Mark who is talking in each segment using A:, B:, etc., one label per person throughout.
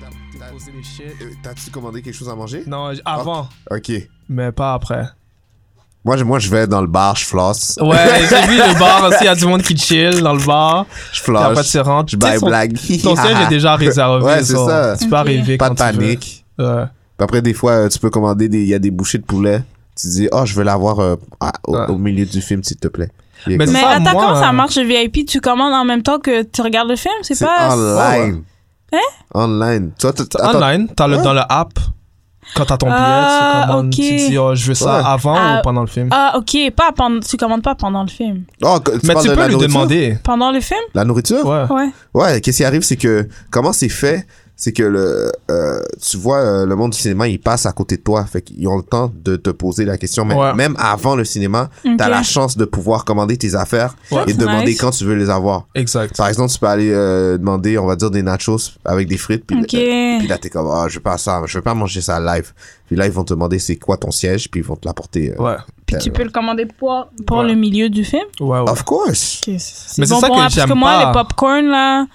A: T'as-
B: T'as-
A: t'as-
B: poser les shit.
A: euh, T'as-tu commandé quelque chose à manger?
B: Non, j- avant,
A: Ok.
B: mais pas après.
A: Moi, je- moi, je vais dans le bar, je flosse.
B: Ouais, j'ai vu le bar aussi, il y a du monde qui chill dans le bar.
A: Je
B: T'as pas de
A: flosse.
B: serrante.
A: Je baille blague.
B: Ton siège est déjà réservé.
A: Ouais, c'est ça.
B: Tu peux arriver
A: Pas
B: quand
A: de
B: tu veux.
A: panique.
B: Ouais.
A: Puis après, des fois, euh, tu peux commander des. Il y a des bouchées de poulet. Tu dis, oh, je veux l'avoir euh, à- au,
B: Ouais.
A: au milieu du film, s'il te plaît. Il est
B: Mais
A: comme-
C: Mais
B: Ça,
C: attends,
B: moi,
C: comment
B: euh,
C: ça marche le VIP? Tu commandes en même temps que tu regardes le film? C'est
A: c'est
C: pas.
A: online. Online. Toi, t'as- t'as- attends,
B: Hein? Online, t'as le,
A: Ouais.
B: dans le app, quand t'as ton billet,
C: Ah,
B: tu commandes,
C: ok.
B: tu dis, oh, je veux ça
A: Ouais.
B: avant
C: Ah.
B: ou pendant le film.
C: Ah, ok. Pas pendant... Tu commandes pas pendant le film.
A: Oh, que- tu
B: mais
A: parles
B: tu
A: de la
B: peux lui
A: nourriture?
B: demander.
C: Pendant le film?
A: La nourriture?
B: Ouais.
C: Ouais.
A: Ouais, qu'est-ce qui arrive, c'est que comment c'est fait, c'est que le, euh, tu vois, euh, le monde du cinéma, il passe à côté de toi. Fait qu'ils ont le temps de te poser la question. Même,
B: Ouais.
A: même avant le cinéma,
C: Ok.
A: t'as la chance de pouvoir commander tes affaires
B: Ouais.
A: et
C: That's
A: demander
C: nice.
A: quand tu veux les avoir.
B: Exact.
A: Par exemple, tu peux aller euh, demander, on va dire, des nachos avec des frites. Puis,
C: Ok.
A: euh, puis là, t'es comme, ah, je veux pas ça, je veux pas manger ça live. Puis là, ils vont te demander c'est quoi ton siège, puis ils vont te l'apporter. euh.
B: Ouais.
C: Puis tu peux le commander pour, pour
B: Ouais.
C: le milieu du film?
B: Ouais, ouais.
A: Of course!
C: Ok.
B: Mais
C: C'est
B: c'est
C: bon
B: ça
C: pour
B: que
C: moi, parce
B: j'aime
C: que moi,
B: pas.
C: les popcorn, là.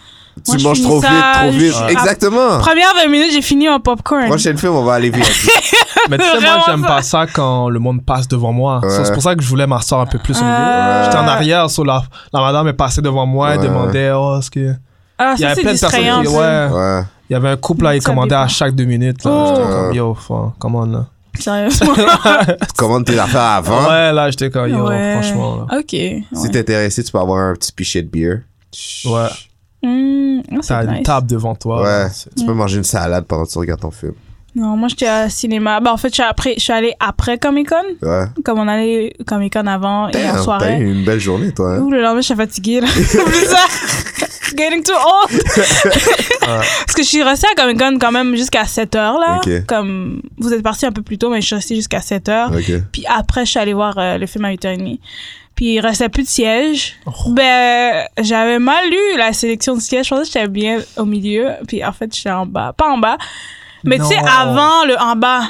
C: Moi,
A: tu
C: je
A: manges
C: finis
A: trop vite,
C: ça,
A: trop vite.
C: je- Ah.
A: Exactement!
C: Première 20 minutes, j'ai fini mon popcorn.
A: Prochain film, on va aller vite.
B: Mais tu sais, moi,
C: Vraiment
B: j'aime
C: ça.
B: pas ça quand le monde passe devant moi.
A: Ouais.
B: So, C'est pour ça que je voulais m'asseoir un peu plus au milieu.
C: Ah.
B: J'étais en arrière, so la, la madame est passée devant moi et
A: Ouais.
B: demandait, oh, est-ce que.
C: Ah,
B: Il y
C: ça,
B: avait
C: c'est
B: plein de personnes
C: distrayant.
B: qui.
C: ça.
B: Ouais.
A: ouais.
B: Il y avait un couple là, il
C: Ça
B: commandait à
C: dépend.
B: chaque deux minutes. Là.
C: Oh.
B: J'étais comme, yo, fuck, come on, là.
C: Sérieusement.
A: Commande tes affaires avant.
B: Ouais, là, j'étais comme, yo,
C: Ouais. Ah,
B: franchement, là.
C: Ok. ouais.
A: Si t'es intéressé, tu peux avoir un petit pichet de bière.
B: Ouais.
C: Hmm, ah,
B: T'as
C: c'est
B: une
C: nice.
B: table devant toi.
A: Ouais.
B: là, c'est-
A: Tu peux manger une salade pendant que tu regardes ton film.
C: Non, moi, j'étais au cinéma. Bah, en fait, je suis, après, je suis allée après Comic-Con.
A: Ouais.
C: comme on allait au Comic Con avant et en
A: Damn, T'as
C: soirée.
A: eu une belle journée, toi. hein?
C: Ouh, le lendemain, je suis fatiguée. là. C'est plus ça. Getting too old.
A: Ah.
C: Parce que je suis restée à Comic Con quand même jusqu'à 7 heures. Là.
A: Ok.
C: Comme vous êtes parti un peu plus tôt, mais je suis restée jusqu'à 7 heures.
A: Ok.
C: Puis après, je suis allée voir euh, le film à 8h30. Puis il restait plus de sièges. Ben, j'avais mal lu la sélection de sièges. Je pensais que j'étais bien au milieu. Puis en fait, j'étais en bas. Pas en bas. Mais tu sais,
B: Non.
C: avant le en bas,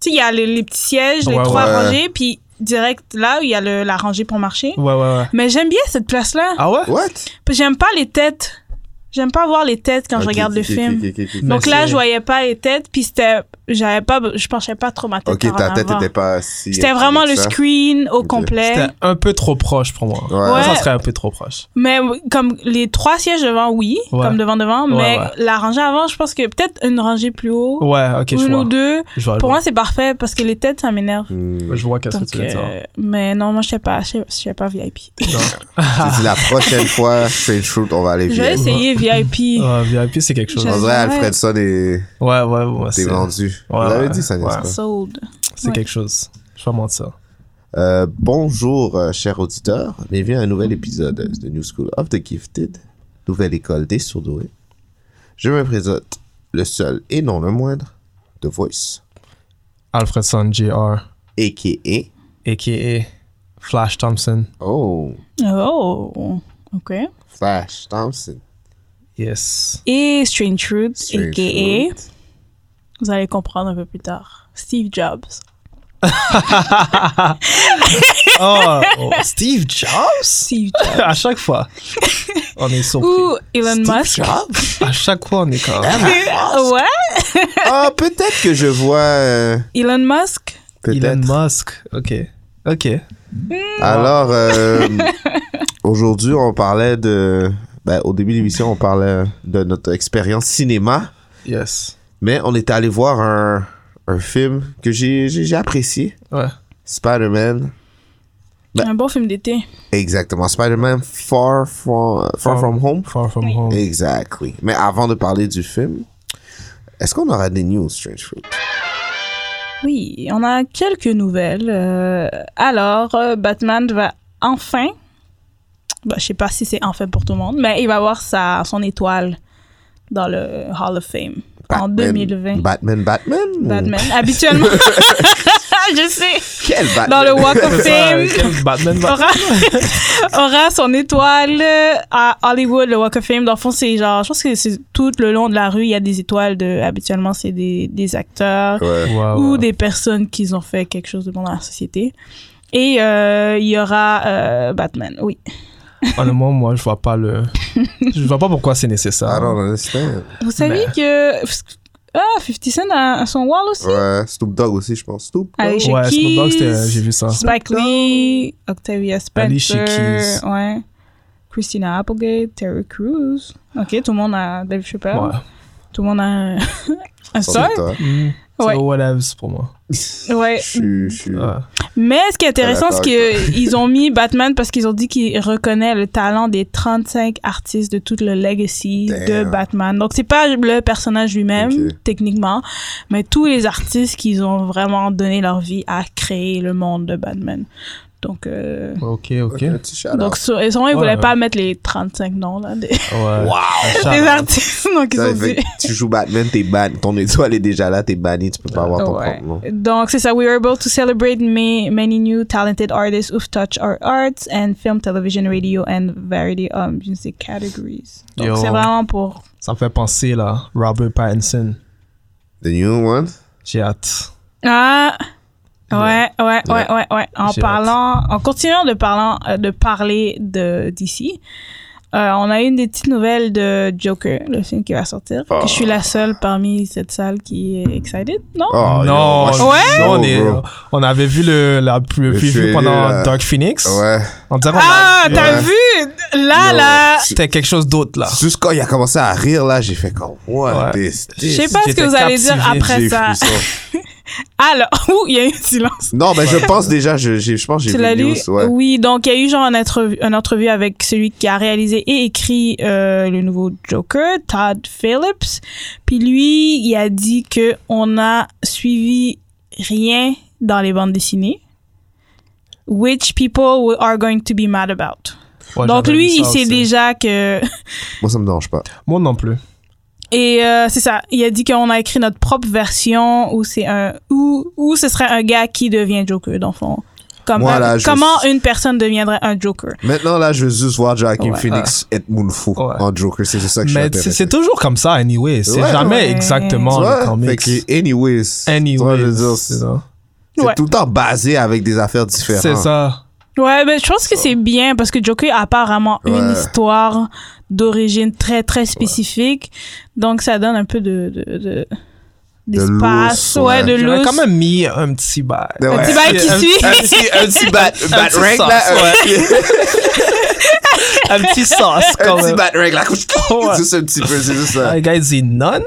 C: tu sais, il y a les, les petits sièges, les
B: Ouais,
C: trois
A: ouais.
C: rangées. Puis direct là où il y a le- la rangée pour marcher.
B: Ouais, ouais, ouais.
C: Mais j'aime bien cette place-là.
B: Ah ouais?
A: What?
C: Puis j'aime pas les têtes. J'aime pas voir les têtes quand
A: Ok,
C: je regarde
A: ok,
C: le
A: ok,
C: film.
A: ok, ok, ok.
B: Mais
C: Donc là,
B: c'est-
C: je voyais pas les têtes. Puis c'était. J'avais pas. Je penchais pas trop ma tête.
A: Ok,
C: par en
A: ta tête
C: avant.
A: était pas si.
C: C'était vraiment le
A: ça.
C: screen au
A: Ok.
C: complet.
B: C'était un peu trop proche pour moi.
A: Ouais.
C: Ouais.
B: Ça serait un peu trop proche.
C: Mais comme les trois sièges devant, oui,
B: Ouais.
C: comme devant devant,
B: Ouais,
C: mais
B: ouais.
C: la rangée avant, je pense que peut-être une rangée plus haut,
B: Ouais, ok, je
C: une
B: vois.
C: ou deux.
B: Je vois, je
C: Pour
B: vois.
C: moi, c'est parfait parce que les têtes, ça m'énerve.
A: Hmm.
B: Je vois qu'est-ce que
C: Donc,
B: tu veux dire.
C: euh, mais non, moi, je sais pas, je sais- je sais pas VIP. euh,
B: Ah.
A: Tu dis la prochaine fois, Strange Fruit, on va aller
C: Je vais
A: vite.
C: essayer VIP.
B: Ouais, VIP, c'est quelque chose.
C: Je-
A: On dirait Alfredson et
B: Ouais, ouais, ouais.
A: t'es
B: Ah, C'est
A: vendu. Vous
B: Ouais,
A: l'avez
B: ouais.
A: dit, ça n'est-ce
B: Ouais.
A: pas?
C: Sold.
B: c'est
C: Ouais.
B: quelque chose. Je vais pas mentir.
A: Euh, bonjour, euh, chers auditeurs. Bienvenue à un nouvel épisode de New School of the Gifted, nouvelle école des surdoués. Je me présente le seul et non le moindre, The Voice,
B: Alfredson Jr.,
A: a.k.a.
B: a.k.a. Flash Thompson.
A: Oh,
C: Oh, ok.
A: Flash Thompson.
B: Yes.
C: Et Strange Fruits,
A: Strange
C: a.k.a.
A: Fruit.
C: Vous allez comprendre un peu plus tard. Steve Jobs.
B: Oh, oh, Steve Jobs?
C: Steve Jobs.
B: À chaque fois, on est surpris.
C: Ou Elon
A: Steve
C: Musk.
A: Jobs?
B: À chaque fois, on est quand même.
C: ouais.
A: Ah, peut-être que je vois. euh,
C: Elon Musk.
A: peut-être.
B: Elon Musk. Ok. Ok.
A: Alors, euh, aujourd'hui, on parlait de. Ben, au début de l'émission, on parlait de notre expérience cinéma.
B: Yes.
A: Mais on est allé voir un, un film que j'ai j'ai- j'ai apprécié.
B: Ouais.
A: Spider-Man. Ben-
C: Un bon film d'été.
A: Exactement. Spider-Man Far From, Far
B: Far-
A: From Home.
B: Far from home.
A: Exactly. Mais avant de parler du film, est-ce qu'on aura des news, Strange Fruit?
C: Oui, on a quelques nouvelles. Euh, alors, euh, Batman va enfin bah, je sais pas si c'est enfin pour tout le monde, mais il va avoir sa, son étoile dans le Hall of Fame en
A: Batman.
C: 2020.
A: Batman, Batman. ou-
C: Batman. Habituellement, je sais,
A: Quel Batman?
C: dans le Walk of
B: Ah, C'est ça,
C: Fame.
B: euh, quel Batman va-
C: aura, aura son étoile euh, à Hollywood, le Walk of Fame. Dans le fond, c'est genre, je pense que c'est tout le long de la rue, il y a des étoiles de, habituellement, c'est des, des acteurs
A: Ouais.
B: Wow.
C: ou des personnes qui ont fait quelque chose de bon dans la société. Et euh, il y aura euh, Batman, oui.
B: Honnêtement, moi, je vois pas le. Je vois pas pourquoi c'est
A: I
B: nécessaire.
A: don't understand.
C: Vous savez
B: Ben.
C: que. Ah, 50 Cent a son wall aussi.
A: Ouais, Snoop Dogg aussi, je pense. Snoop Dogg.
C: Allez, chez
B: Ouais, Snoop Dogg,
C: Keys,
B: c'était- euh, j'ai vu ça.
C: Spike Lee, Octavia
B: Allez, chez
C: Spencer,
B: Keys.
C: ouais. Christina Applegate, Terry Crews. Ok, tout le monde a Dave Chappelle.
B: Ouais.
C: Tout le monde a un- un
A: Snoop
C: star.
A: Dogg.
B: Mm.
C: Ouais.
B: C'est whatevs pour moi.
C: Ouais.
A: Je suis- je suis-
B: Ouais.
C: Mais ce qui est intéressant, c'est
A: D'accord,
C: qu'ils ont mis Batman parce qu'ils ont dit qu'ils reconnaissent le talent des 35 artistes de tout le legacy de
A: Damn.
C: Batman. Donc, c'est pas le personnage lui-même,
A: Ok.
C: techniquement, mais tous les artistes qu'ils ont vraiment donné leur vie à créer le monde de Batman. Donc, euh,
B: Ok,
A: Ok,
B: ok.
A: un petit shout-out.
C: donc sur- sûrement,
B: Ouais.
C: ils voulaient pas mettre les 35 noms là, des,
B: Ouais.
C: des
B: Shout-out.
C: artistes. Donc, ils
A: Ça
C: ont
A: fait
C: dit.
A: que tu joues Batman, t'es banni. Ton étoile est déjà là, t'es banni, tu peux pas avoir ton
C: Ouais.
A: propre nom.
C: Donc, c'est ça. We were able to celebrate ma- many new talented artists who've touched our arts and film, television, radio, and variety of music categories. Donc,
B: Yo.
C: c'est vraiment pour.
B: Ça me fait penser là, Robert Pattinson.
A: The new one?
B: J'ai hâte.
C: Ah! Ouais, ouais, ouais,
A: Ouais.
C: ouais, ouais. En
B: J'ai
C: parlant, en continuant de, parlant, euh, de parler de d'ici, on a une des petites nouvelles de Joker, le film qui va sortir.
A: Ah.
C: Que je suis la seule parmi cette salle qui est excited, non?
A: Oh, yo,
B: non,
A: moi, je suis
C: Ouais.
A: chaud,
B: non, on, est-
A: bro.
B: on avait vu le, la, le
A: Le
B: preview
A: trailer,
B: pendant
A: là.
B: Dark Phoenix.
A: Ouais.
B: On dirait qu'on
C: Ah,
B: a- euh,
C: t'as
A: Ouais.
C: vu? Là,
A: Yo.
C: là!
B: C'était quelque chose d'autre là.
A: Juste quand il a commencé à rire, là, j'ai fait comme, what
B: Ouais.
A: is
C: Je
A: this?
C: sais pas ce que
B: J'étais
C: vous allez dire
B: captivé,
C: après
A: J'ai
C: ça.
A: frisson.
C: Alors, ouh, il y a eu un silence.
A: Non, mais je pense déjà, je, j'ai- je pense que j'ai
C: Tu
A: vu
C: l'as
A: le
C: lu?
A: news, ouais.
C: Oui, donc il y a eu genre une entrevue, une entrevue avec celui qui a réalisé et écrit euh, le nouveau Joker, Todd Phillips. Puis lui, il a dit que on a suivi rien dans les bandes dessinées, which people are going to be mad about.
B: Ouais,
C: donc
B: j'avais
C: lui,
B: vu
C: il
B: ça
C: sait
B: aussi.
C: déjà que
A: Moi, ça me dérange pas.
B: Moi non plus.
C: Et euh, c'est ça, il a dit qu'on a écrit notre propre version où c'est un où, où ce serait un gars qui devient Joker dans le fond. Comme
A: Moi, là,
C: un-
A: je-
C: comment une personne deviendrait un Joker
A: Maintenant, là, je veux juste voir Joaquin
B: Ouais.
A: Phoenix être Moonfu
B: Ouais.
A: en Joker. C'est ça que je suis
B: Mais c'est-
A: intéressé.
B: c'est toujours comme ça, anyway. C'est
A: Ouais.
B: jamais
C: Ouais.
B: exactement
A: Tu
B: le
A: vois? Fait
B: comics.
A: que, anyways. tu vois,
B: Anyway,
A: je veux dire,
B: c'est
A: c'est
B: ça.
C: Ouais.
A: tout le temps basé avec des affaires différentes.
B: C'est ça.
C: Ouais, ben je pense que c'est bien parce que Joker a apparemment une
A: Ouais.
C: histoire d'origine très très spécifique, donc ça donne un peu de de, de- d'espace,
A: loose,
C: ouais,
A: ouais.
C: de
B: J'aurais
C: loose.
B: quand même mis un petit bail.
A: Ouais.
C: Un petit bail qui
B: Un-
C: suit.
B: un petit-
A: un petit bat, bat
B: petit
A: rank,
B: sauce,
A: là.
B: Un petit sauce,
A: Un
B: quand
A: petit
B: même.
A: bat rank, là.
B: Ouais.
A: Juste un petit peu, c'est juste ça.
B: Un gars il dit non.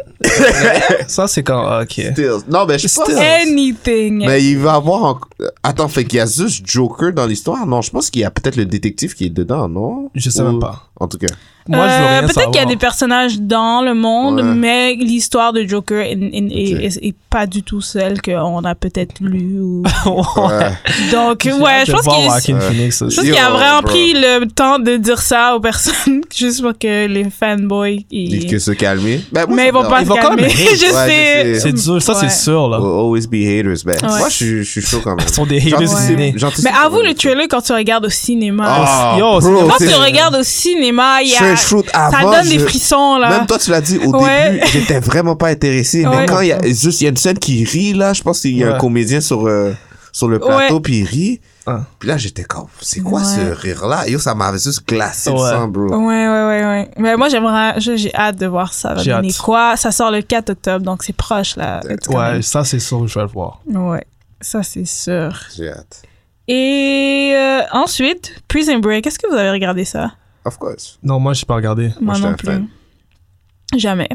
B: ça, c'est quand. Ok.
A: Still. Non, mais je pense.
B: Still.
C: Anything.
A: Mais il va avoir. en- Attends, fait qu'il y a juste Joker dans l'histoire. Non, je pense qu'il y a peut-être le détective qui est dedans, non
B: Je sais
A: Ou-
B: même pas.
A: En tout cas.
B: Moi, je veux
C: Euh,
B: rien
C: Peut-être qu'il y a
B: savoir.
C: des personnages dans le monde,
A: Ouais.
C: mais l'histoire de Joker est- est- est- est pas du tout celle qu'on a peut-être lue. ou-
A: Ouais.
C: Donc,
B: J'ai
C: ouais,
B: hâte
C: je
B: de
C: pense
B: voir Joaquin
C: qu'il
A: Ouais.
B: Phoenix
C: je
B: aussi.
C: pense qu'il a
A: Yo,
C: vraiment
A: bro.
C: pris le temps de dire ça aux personnes, juste pour que les fanboys. ils-
A: Ils que se calmer. Ben, moi,
C: Mais
A: ça
C: ils vont
A: me dérange.
C: pas se
B: vont quand
C: calmer.
B: même hate.
C: je
A: Ouais, je
C: sais.
B: C'est dur, ça,
C: Ouais.
B: c'est sûr, là.
A: We'll always be haters, ben.
C: Ouais.
A: Moi, je suis- je suis chaud quand même.
B: Ils sont des haters
C: Ouais.
B: innés.
C: Mais avoue, le trailer, quand tu regardes au
A: Ah,
C: cinéma.
B: Yo,
C: Quand
B: c'est-
C: tu regardes au cinéma, il y
A: Trash
C: a-
A: Fruit
C: ça
A: avant,
C: donne des
A: je-
C: frissons, là.
A: Même toi, tu l'as dit au
C: Ouais.
A: début, j'étais vraiment pas intéressé.
C: Ouais.
A: Mais quand il y a juste, il y a une scène qui rit, là, je pense qu'il y a
B: Ouais.
A: un comédien sur, euh, sur le plateau,
C: Ouais.
A: puis il rit.
B: Ah.
A: Puis là, j'étais comme, c'est quoi
C: Ouais.
A: ce rire-là? Yo, ça m'avait juste glacé le
B: Ouais.
A: sang, bro.
C: Ouais, ouais, ouais, ouais. Mais moi, j'aimerais, je- j'ai hâte de voir ça. va
B: J'ai
C: donner
B: hâte.
C: quoi? Ça sort le 4 octobre, donc c'est proche, là. Let's go.
B: Ouais, ça, c'est sûr, je vais le voir.
C: Ouais. Ça, c'est sûr.
A: J'ai hâte.
C: Et euh, ensuite, Prison Break. Est-ce que vous avez regardé ça?
A: Of course.
B: Non, moi, j'ai pas regardé.
C: Moi,
A: j'étais
C: non
A: un
C: plus.
A: fan.
C: Jamais.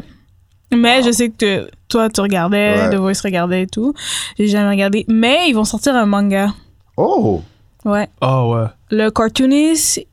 C: Mais je sais que tu- toi, tu regardais,
A: Ouais.
C: The Voice regardait et tout. J'ai jamais regardé. Mais ils vont sortir un manga.
A: Oh!
C: Ouais.
B: Oh, ouais.
C: Le cartooniste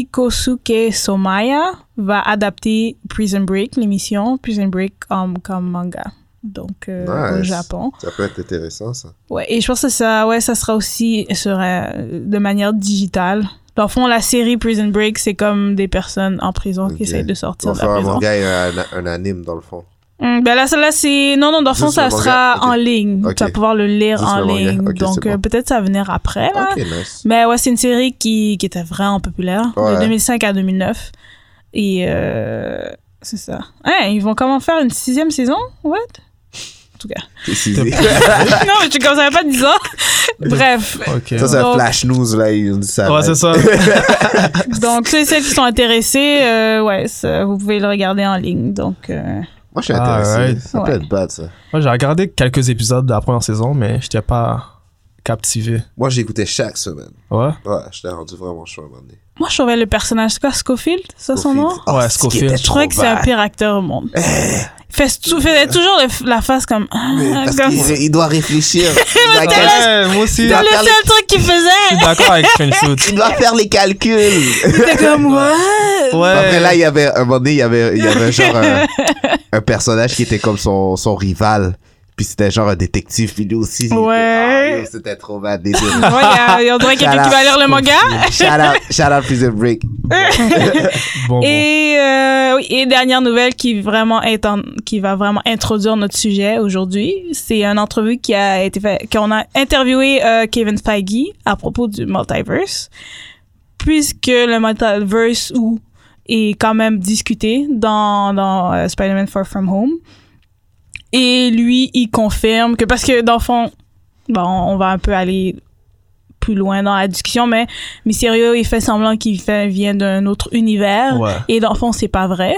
C: Ikosuke Somaya va adapter Prison Break, l'émission Prison Break comme, comme manga. Donc, euh, au
A: Nice.
C: Japon.
A: Ça peut être intéressant, ça.
C: Ouais, et je pense que ça, ouais, ça sera aussi sur, euh, de manière digitale. Dans le fond, la série Prison Break, c'est comme des personnes en prison
A: Ok.
C: qui essayent de sortir
A: On
C: de
A: va faire
C: la
A: un
C: prison.
A: manga et un, un anime, dans le fond.
C: Hum, ben là, celle-là, c'est. Non, non, dans le fond,
A: Juste
C: ça
A: le manga.
C: sera
A: Ok.
C: en ligne.
A: Ok.
C: Tu vas pouvoir le lire
A: Juste
C: en
A: le manga.
C: ligne.
A: Ok,
C: Donc,
A: c'est
C: euh,
A: bon.
C: peut-être ça va venir après, là.
A: Ok, nice.
C: Mais Ben ouais, c'est une série qui, qui était vraiment populaire
A: Ouais.
C: de 2005 à 2009. Et euh, c'est ça. Hein, ils vont comment faire une sixième saison? What?
A: Précisé. Ah.
C: non, mais je comme ça pas 10 ans. Bref.
B: Ok.
A: ça, c'est un
C: Donc-
A: flash news, là. Ils ont dit ça.
B: ouais,
A: là.
B: c'est ça.
C: Donc, ceux et celles qui sont intéressés, euh, ouais, ça, vous pouvez le regarder en ligne. Donc, euh,
A: Moi, je suis
B: Ah,
A: intéressé.
B: right.
A: Ça peut
C: Ouais.
A: être bad, ça.
B: Moi, j'ai regardé quelques épisodes de la première saison, mais j'étais pas captivé.
A: Moi, j'écoutais chaque semaine.
B: Ouais?
A: Ouais, je t'ai rendu vraiment chaud à un moment donné.
C: moi, je trouvais le personnage, c'est quoi, Scofield? C'est ça son nom?
A: Scofield. Oh,
B: Ouais,
A: ce qui
B: Scofield.
A: était
C: Je trouvais
A: trop
C: que c'est
A: bad. Eh.
C: un pire acteur au monde. Il fait, tou- faisait toujours le- la face comme. ah,
A: Mais parce
C: comme
A: qu'il- il doit réfléchir. il,
C: Ah,
A: doit cal-
B: Ouais, moi aussi.
C: c'est
B: Je
C: le
A: faire les-
C: seul truc qu'il faisait!
B: suis d'accord avec Screenshot.
A: il doit faire les calculs.
C: C'était comme, what?
A: Après là,
B: Ouais.
A: il y avait un moment donné, il y avait, il y avait genre un, un personnage qui était comme son, son rival. Puis c'était genre un détective. Puis lui aussi, il était-
C: Ouais.
A: Ah, yo, c'était trop bad. Désolé.
C: Ouais, il y a- il y a, on dirait quelqu'un qui va lire le manga.
A: shout out, shout out Prison Break.
B: Bon, bon.
C: Et, euh, oui, et dernière nouvelle qui, vraiment est en- qui va vraiment introduire notre sujet aujourd'hui, c'est une entrevue qui a été faite, qu'on a interviewé euh, Kevin Feige à propos du multiverse, puisque le multiverse ou est quand même discuté dans, dans euh, Spider-Man Far From Home. Et lui, il confirme que, parce que dans le fond, bon, on va un peu aller plus loin dans la discussion, mais Mysterio, il fait semblant qu'il fait- vient d'un autre univers.
B: Ouais.
C: Et dans le fond, c'est pas vrai.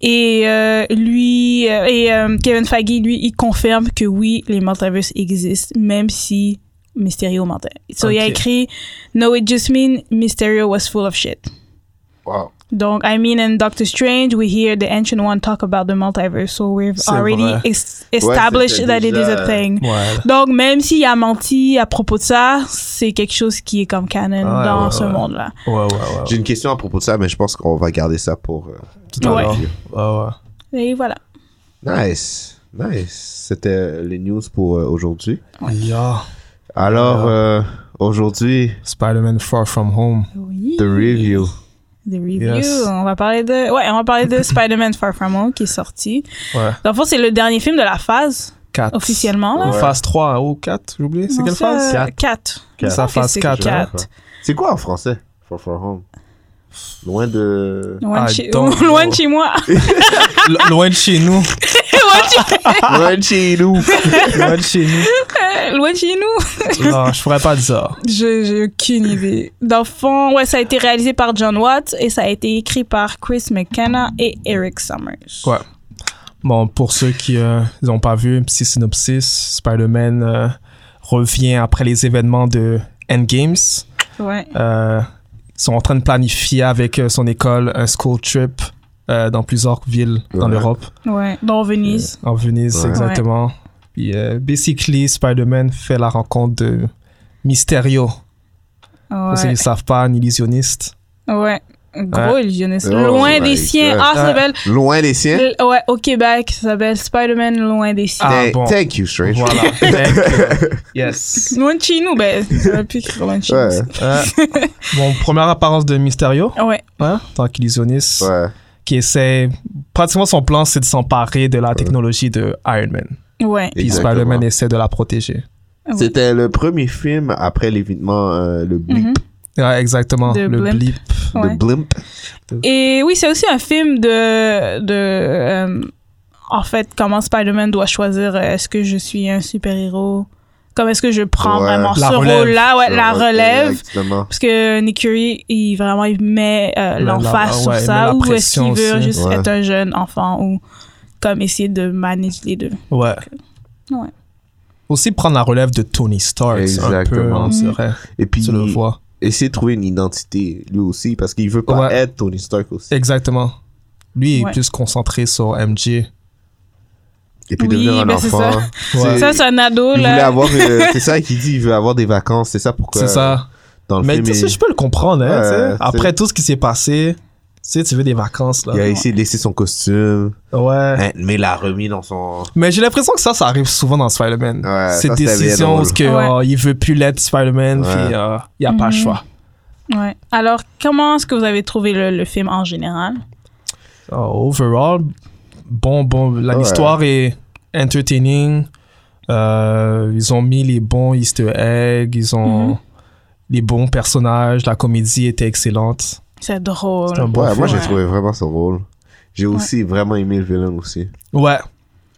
C: Et euh, lui, euh, et euh, Kevin Feige, lui, il confirme que oui, les multiverses existent, même si Mysterio mentait. So, il a
B: Ok.
C: écrit No, it just means Mysterio was full of shit.
A: Wow.
C: Donc, I mean, in Doctor Strange, we hear the Ancient One talk about the multiverse, so we've
B: C'est
C: already
B: vrai.
C: es- established
A: c'était
C: that it is
A: déjà,
C: a thing.
B: Ouais.
C: Donc, même s'il a menti à propos de ça, c'est quelque chose qui est comme canon
B: Ah ouais,
C: dans
B: ouais,
C: ce
B: ouais.
C: monde-là.
B: Ouais, ouais, ouais.
A: J'ai une question à propos de ça, mais je pense qu'on va garder ça pour. euh,
B: Tout à
C: Ouais.
B: l'heure. Ouais, ouais.
C: Et voilà.
A: Nice. Nice. C'était les news pour euh, aujourd'hui.
B: Yeah.
A: Alors, euh, aujourd'hui,
B: Spider-Man Far From Home.
C: Oui.
A: the review.
C: The review.
B: Yes.
C: On va parler de, ouais, on va parler de Spider-Man Far From Home qui est sorti.
B: Ouais.
C: Dans le fond, c'est le dernier film de la phase
B: 4.
C: officiellement. là.
B: Phase 3 ou 4, j'ai oublié. C'est
C: Non,
B: quelle
C: ça,
B: phase
C: euh, Quatre.
B: Quatre.
C: Je
B: Ça,
C: pense que
B: phase
C: c'est
B: quatre,
C: quatre.
A: C'est quoi en français? Far from home. Loin de.
C: Loin, de
B: I
C: chez...
B: don't
C: Loin de
B: know.
C: chez moi.
B: Lo- Loin de chez nous.
C: Loin de chez-
A: Loin de chez nous.
B: Loin de chez nous.
C: Loin de chez nous.
B: Non, je pourrais pas dire ça.
C: Je- J'ai aucune idée. Dans le fond, ouais, ça a été réalisé par John Watts et ça a été écrit par Chris McKenna et Eric Summers.
B: Ouais. Bon, pour ceux qui euh, n'ont pas vu, un petit synopsis, Spider-Man euh, revient après les événements de Endgames.
C: Ouais.
B: Euh, ils sont en train de planifier avec euh, son école un school trip euh, dans plusieurs villes dans
A: Ouais.
B: l'Europe.
C: Ouais. Dans Venise.
B: En Venise,
A: Ouais.
B: exactement. Puis, euh, basically, Spider-Man fait la rencontre de Mysterio. Parce qu'ils
C: Ouais.
B: ne savent pas, un illisionniste.
C: Ouais. Gros illusionniste.
A: Oh my
C: Loin des siens.
A: God.
C: Ah, ça
B: Ouais.
C: s'appelle
A: Loin des siens.
C: L- Ouais, au Québec, ça s'appelle Spider-Man Loin des Cités.
B: Ah,
A: Thank-
B: bon.
A: Thank you, Strange.
B: Voilà. Thank you. yes.
C: Loin de chez nous, ben, ça va plus écrire loin de chez
A: Ouais.
C: nous.
B: Euh, bon, première apparence de Mysterio,
C: Ouais,
B: hein, en tant qu'illusionniste,
A: Ouais.
B: qui essaie. Pratiquement, son plan, c'est de s'emparer de la technologie de Iron Man.
C: ouais,
B: Puis
A: Exactement.
B: Spider-Man essaie de la protéger.
A: C'était le premier film après l'événement, euh, le blip,
C: mhm.
B: Ouais, exactement.
C: De
B: le
C: Blimp.
B: blip.
C: ouais.
A: de blimp.
C: Et oui, c'est aussi un film de. de euh, en fait, comment Spider-Man doit choisir euh, est-ce que je suis un super-héros Comme est-ce que je prends
A: Ouais.
C: vraiment
B: La
C: ce
B: relève.
C: rôle-là Ouais, la relève.
A: Exactement.
C: Parce que Nick Fury, il vraiment il met
B: la-
C: euh, l'emphase sur
B: ouais, il met
C: ça,
B: la
C: ou est-ce
B: pression
C: qu'il veut
B: aussi.
C: juste
A: Ouais.
C: être un jeune enfant, ou comme essayer de manager les deux.
B: Ouais.
C: Ouais.
B: Aussi prendre la relève de Tony Stark, c'est un peu,
A: Exactement.
B: on dirait.
A: Et puis,
B: Tu le vois.
A: essayer de trouver une identité, lui aussi, parce qu'il veut pas
B: Ouais.
A: être Tony Stark aussi.
B: Exactement. Lui, il
C: Ouais.
B: est plus concentré sur MJ.
A: Et puis
C: Oui,
A: devenir un
C: ben, c'est
A: enfant.
C: ça.
B: Ouais.
C: Ça, c'est un ado,
A: Il voulait
C: là.
A: avoir, euh, c'est ça qu'il dit, il veut avoir des vacances, c'est ça pourquoi.
B: hein. C'est ça.
A: Dans le
B: Mais
A: film,
B: tu sais,
A: il,
B: je peux le comprendre. Hein,
A: Ouais,
B: tu sais.
A: c'est-
B: Après tout ce qui s'est passé, tu sais, tu veux des vacances.
A: il a
B: Là.
A: essayé de laisser son costume,
B: Ouais.
A: hein, mais il l'a remis dans son.
B: Mais j'ai l'impression que ça, ça arrive souvent dans Spider-Man.
A: Ouais,
B: Cette
A: ça, c'était bien
B: décision où
A: drôle.
B: ce que,
C: Ouais.
B: euh, il veut plus l'être Spider-Man,
A: Ouais.
B: puis euh, il n'y a pas le
C: Mhm.
B: choix.
C: Ouais. Alors, comment est-ce que vous avez trouvé le, le film en général?
B: Oh, overall, bon, bon, la-
A: Ouais.
B: l'histoire est entertaining. Euh, ils ont mis les bons easter eggs, ils ont
C: Mhm.
B: les bons personnages, la comédie était excellente.
C: C'est drôle.
B: C'est un bon
A: Ouais, moi
B: film.
A: j'ai
C: Ouais.
A: trouvé vraiment son rôle. J'ai aussi vraiment aimé le vilain aussi.
B: Ouais.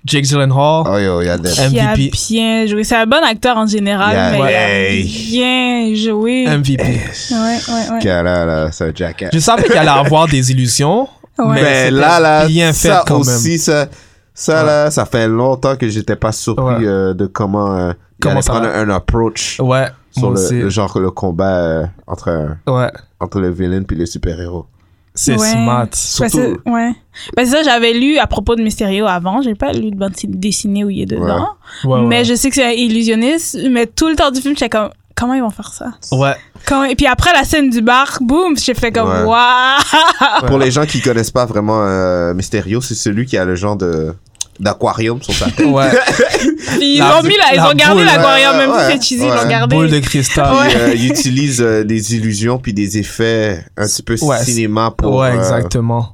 B: Jake Gyllenhaal.
A: Oh yo, il y a des-
C: Qui a
B: MVP.
C: bien joué. C'est un bon acteur en général,
A: Yeah.
C: mais
A: Ouais.
C: il a bien joué.
B: MVP.
A: Eh.
C: Ouais, ouais, ouais.
A: qui a là, là, c'est un jackass.
B: Je savais qu'il allait avoir des illusions.
C: Ouais.
B: mais
A: Mais
B: c'était
A: Ben, là, là,
B: bien fait
A: ça
B: quand
A: aussi, ça, ça
B: Ouais.
A: là, ça fait longtemps que j'étais pas surpris
B: Ouais.
A: euh, de comment, euh, il
B: Comment
A: allait
B: ça
A: prendre
B: va?
A: un approach
B: Ouais,
A: sur
B: moi
A: le,
B: aussi.
A: le genre le combat euh, entre, un-
B: Ouais,
A: entre le vilain puis le super-héros.
B: c'est
C: Ouais.
B: smart.
C: Parce que- ouais. Ben, c'est ça, j'avais lu à propos de Mysterio avant. J'ai pas lu de bande dessinée où il est dedans.
B: Ouais, ouais.
C: Mais je sais que c'est un illusionniste. Mais tout le temps du film, j'étais comme, comment ils vont faire ça?
B: Ouais.
C: Comment- Et puis après la scène du bar, boum, j'ai fait comme,
A: Ouais.
C: waouh!
A: Pour les gens qui connaissent pas vraiment euh, Mysterio, c'est celui qui a le genre de d'aquarium sur sa tête.
B: Ouais.
C: Puis ils
B: La-
C: l'ont mis là, ils
B: la
C: ont gardé
B: boule,
C: l'aquarium,
A: ouais,
C: même
A: ouais,
C: si c'est cheesy, ils
A: ouais.
C: l'ont gardé.
B: Boule de cristal.
A: Puis, euh, il utilise euh, des illusions puis des effets un petit peu
B: Ouais,
A: cinéma pour,
B: ouais,
A: euh,
B: exactement.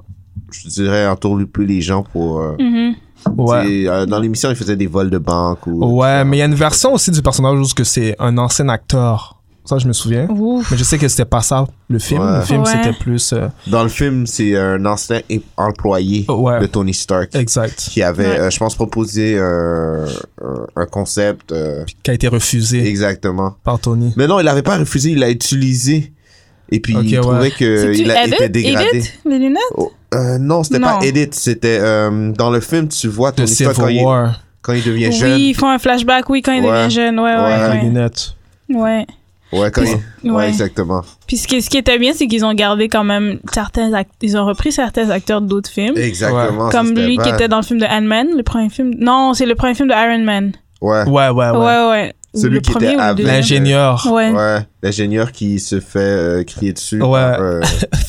A: je dirais, entourlouper les gens pour... euh,
C: Mhm.
B: Ouais. Oh.
A: tu sais, euh, dans l'émission, il faisait des vols de banque ou...
B: Ouais, mais il y a une version aussi du personnage où c'est que c'est un ancien acteur. Ça, je me souviens.
C: Ouf.
B: Mais je sais que c'était pas ça, le film.
A: Ouais.
B: Le film,
C: Ouais.
B: c'était plus. euh,
A: Dans le film, c'est un ancien em- employé
B: Oh, Ouais.
A: de Tony Stark
B: exact.
A: qui avait,
C: Ouais.
A: euh, je pense, proposé euh, un, un concept. euh,
B: Qui a été refusé
A: exactement.
B: par Tony.
A: Mais non, il l'avait pas refusé, il l'a utilisé. Et puis,
B: Ok,
A: il
B: ouais.
A: trouvait
B: Euh,
C: C'est-tu
A: qu'il
C: Edith?
A: était dégradé.
C: Edith, les lunettes?
A: Oh, euh, non, c'était pas
C: Non.
A: Edith, c'était euh, dans le film, tu vois
B: De
A: Tony Stark quand
B: Civil
A: il,
B: War.
A: quand il devient
C: Oui,
A: jeune.
C: ils font un flashback, oui, quand il
A: Ouais.
C: devient jeune, ouais,
A: Ouais.
B: Les
C: ouais,
B: lunettes.
C: ouais. ouais.
A: Ouais, quand il- ouais,
C: Ouais.
A: exactement.
C: Puis ce qui, ce qui était bien, c'est qu'ils ont gardé quand même certains act- ils ont repris certains acteurs d'autres films.
A: Exactement. ça,
C: comme
A: c'était
C: lui qui
A: pas-
C: était dans le film de Ant-Man, le premier film. Non, c'est le premier film de Iron Man.
A: Ah Ouais.
B: Ouais, ouais,
C: Ouais,
B: ouais.
C: ouais. Ou
A: Celui
C: le
A: qui était
C: premier ou le
A: aveugle.
C: deuxième.
B: L'ingénieur.
C: Ouais.
A: Ouais, l'ingénieur qui se fait euh, crier dessus
B: Ouais.
A: par, euh,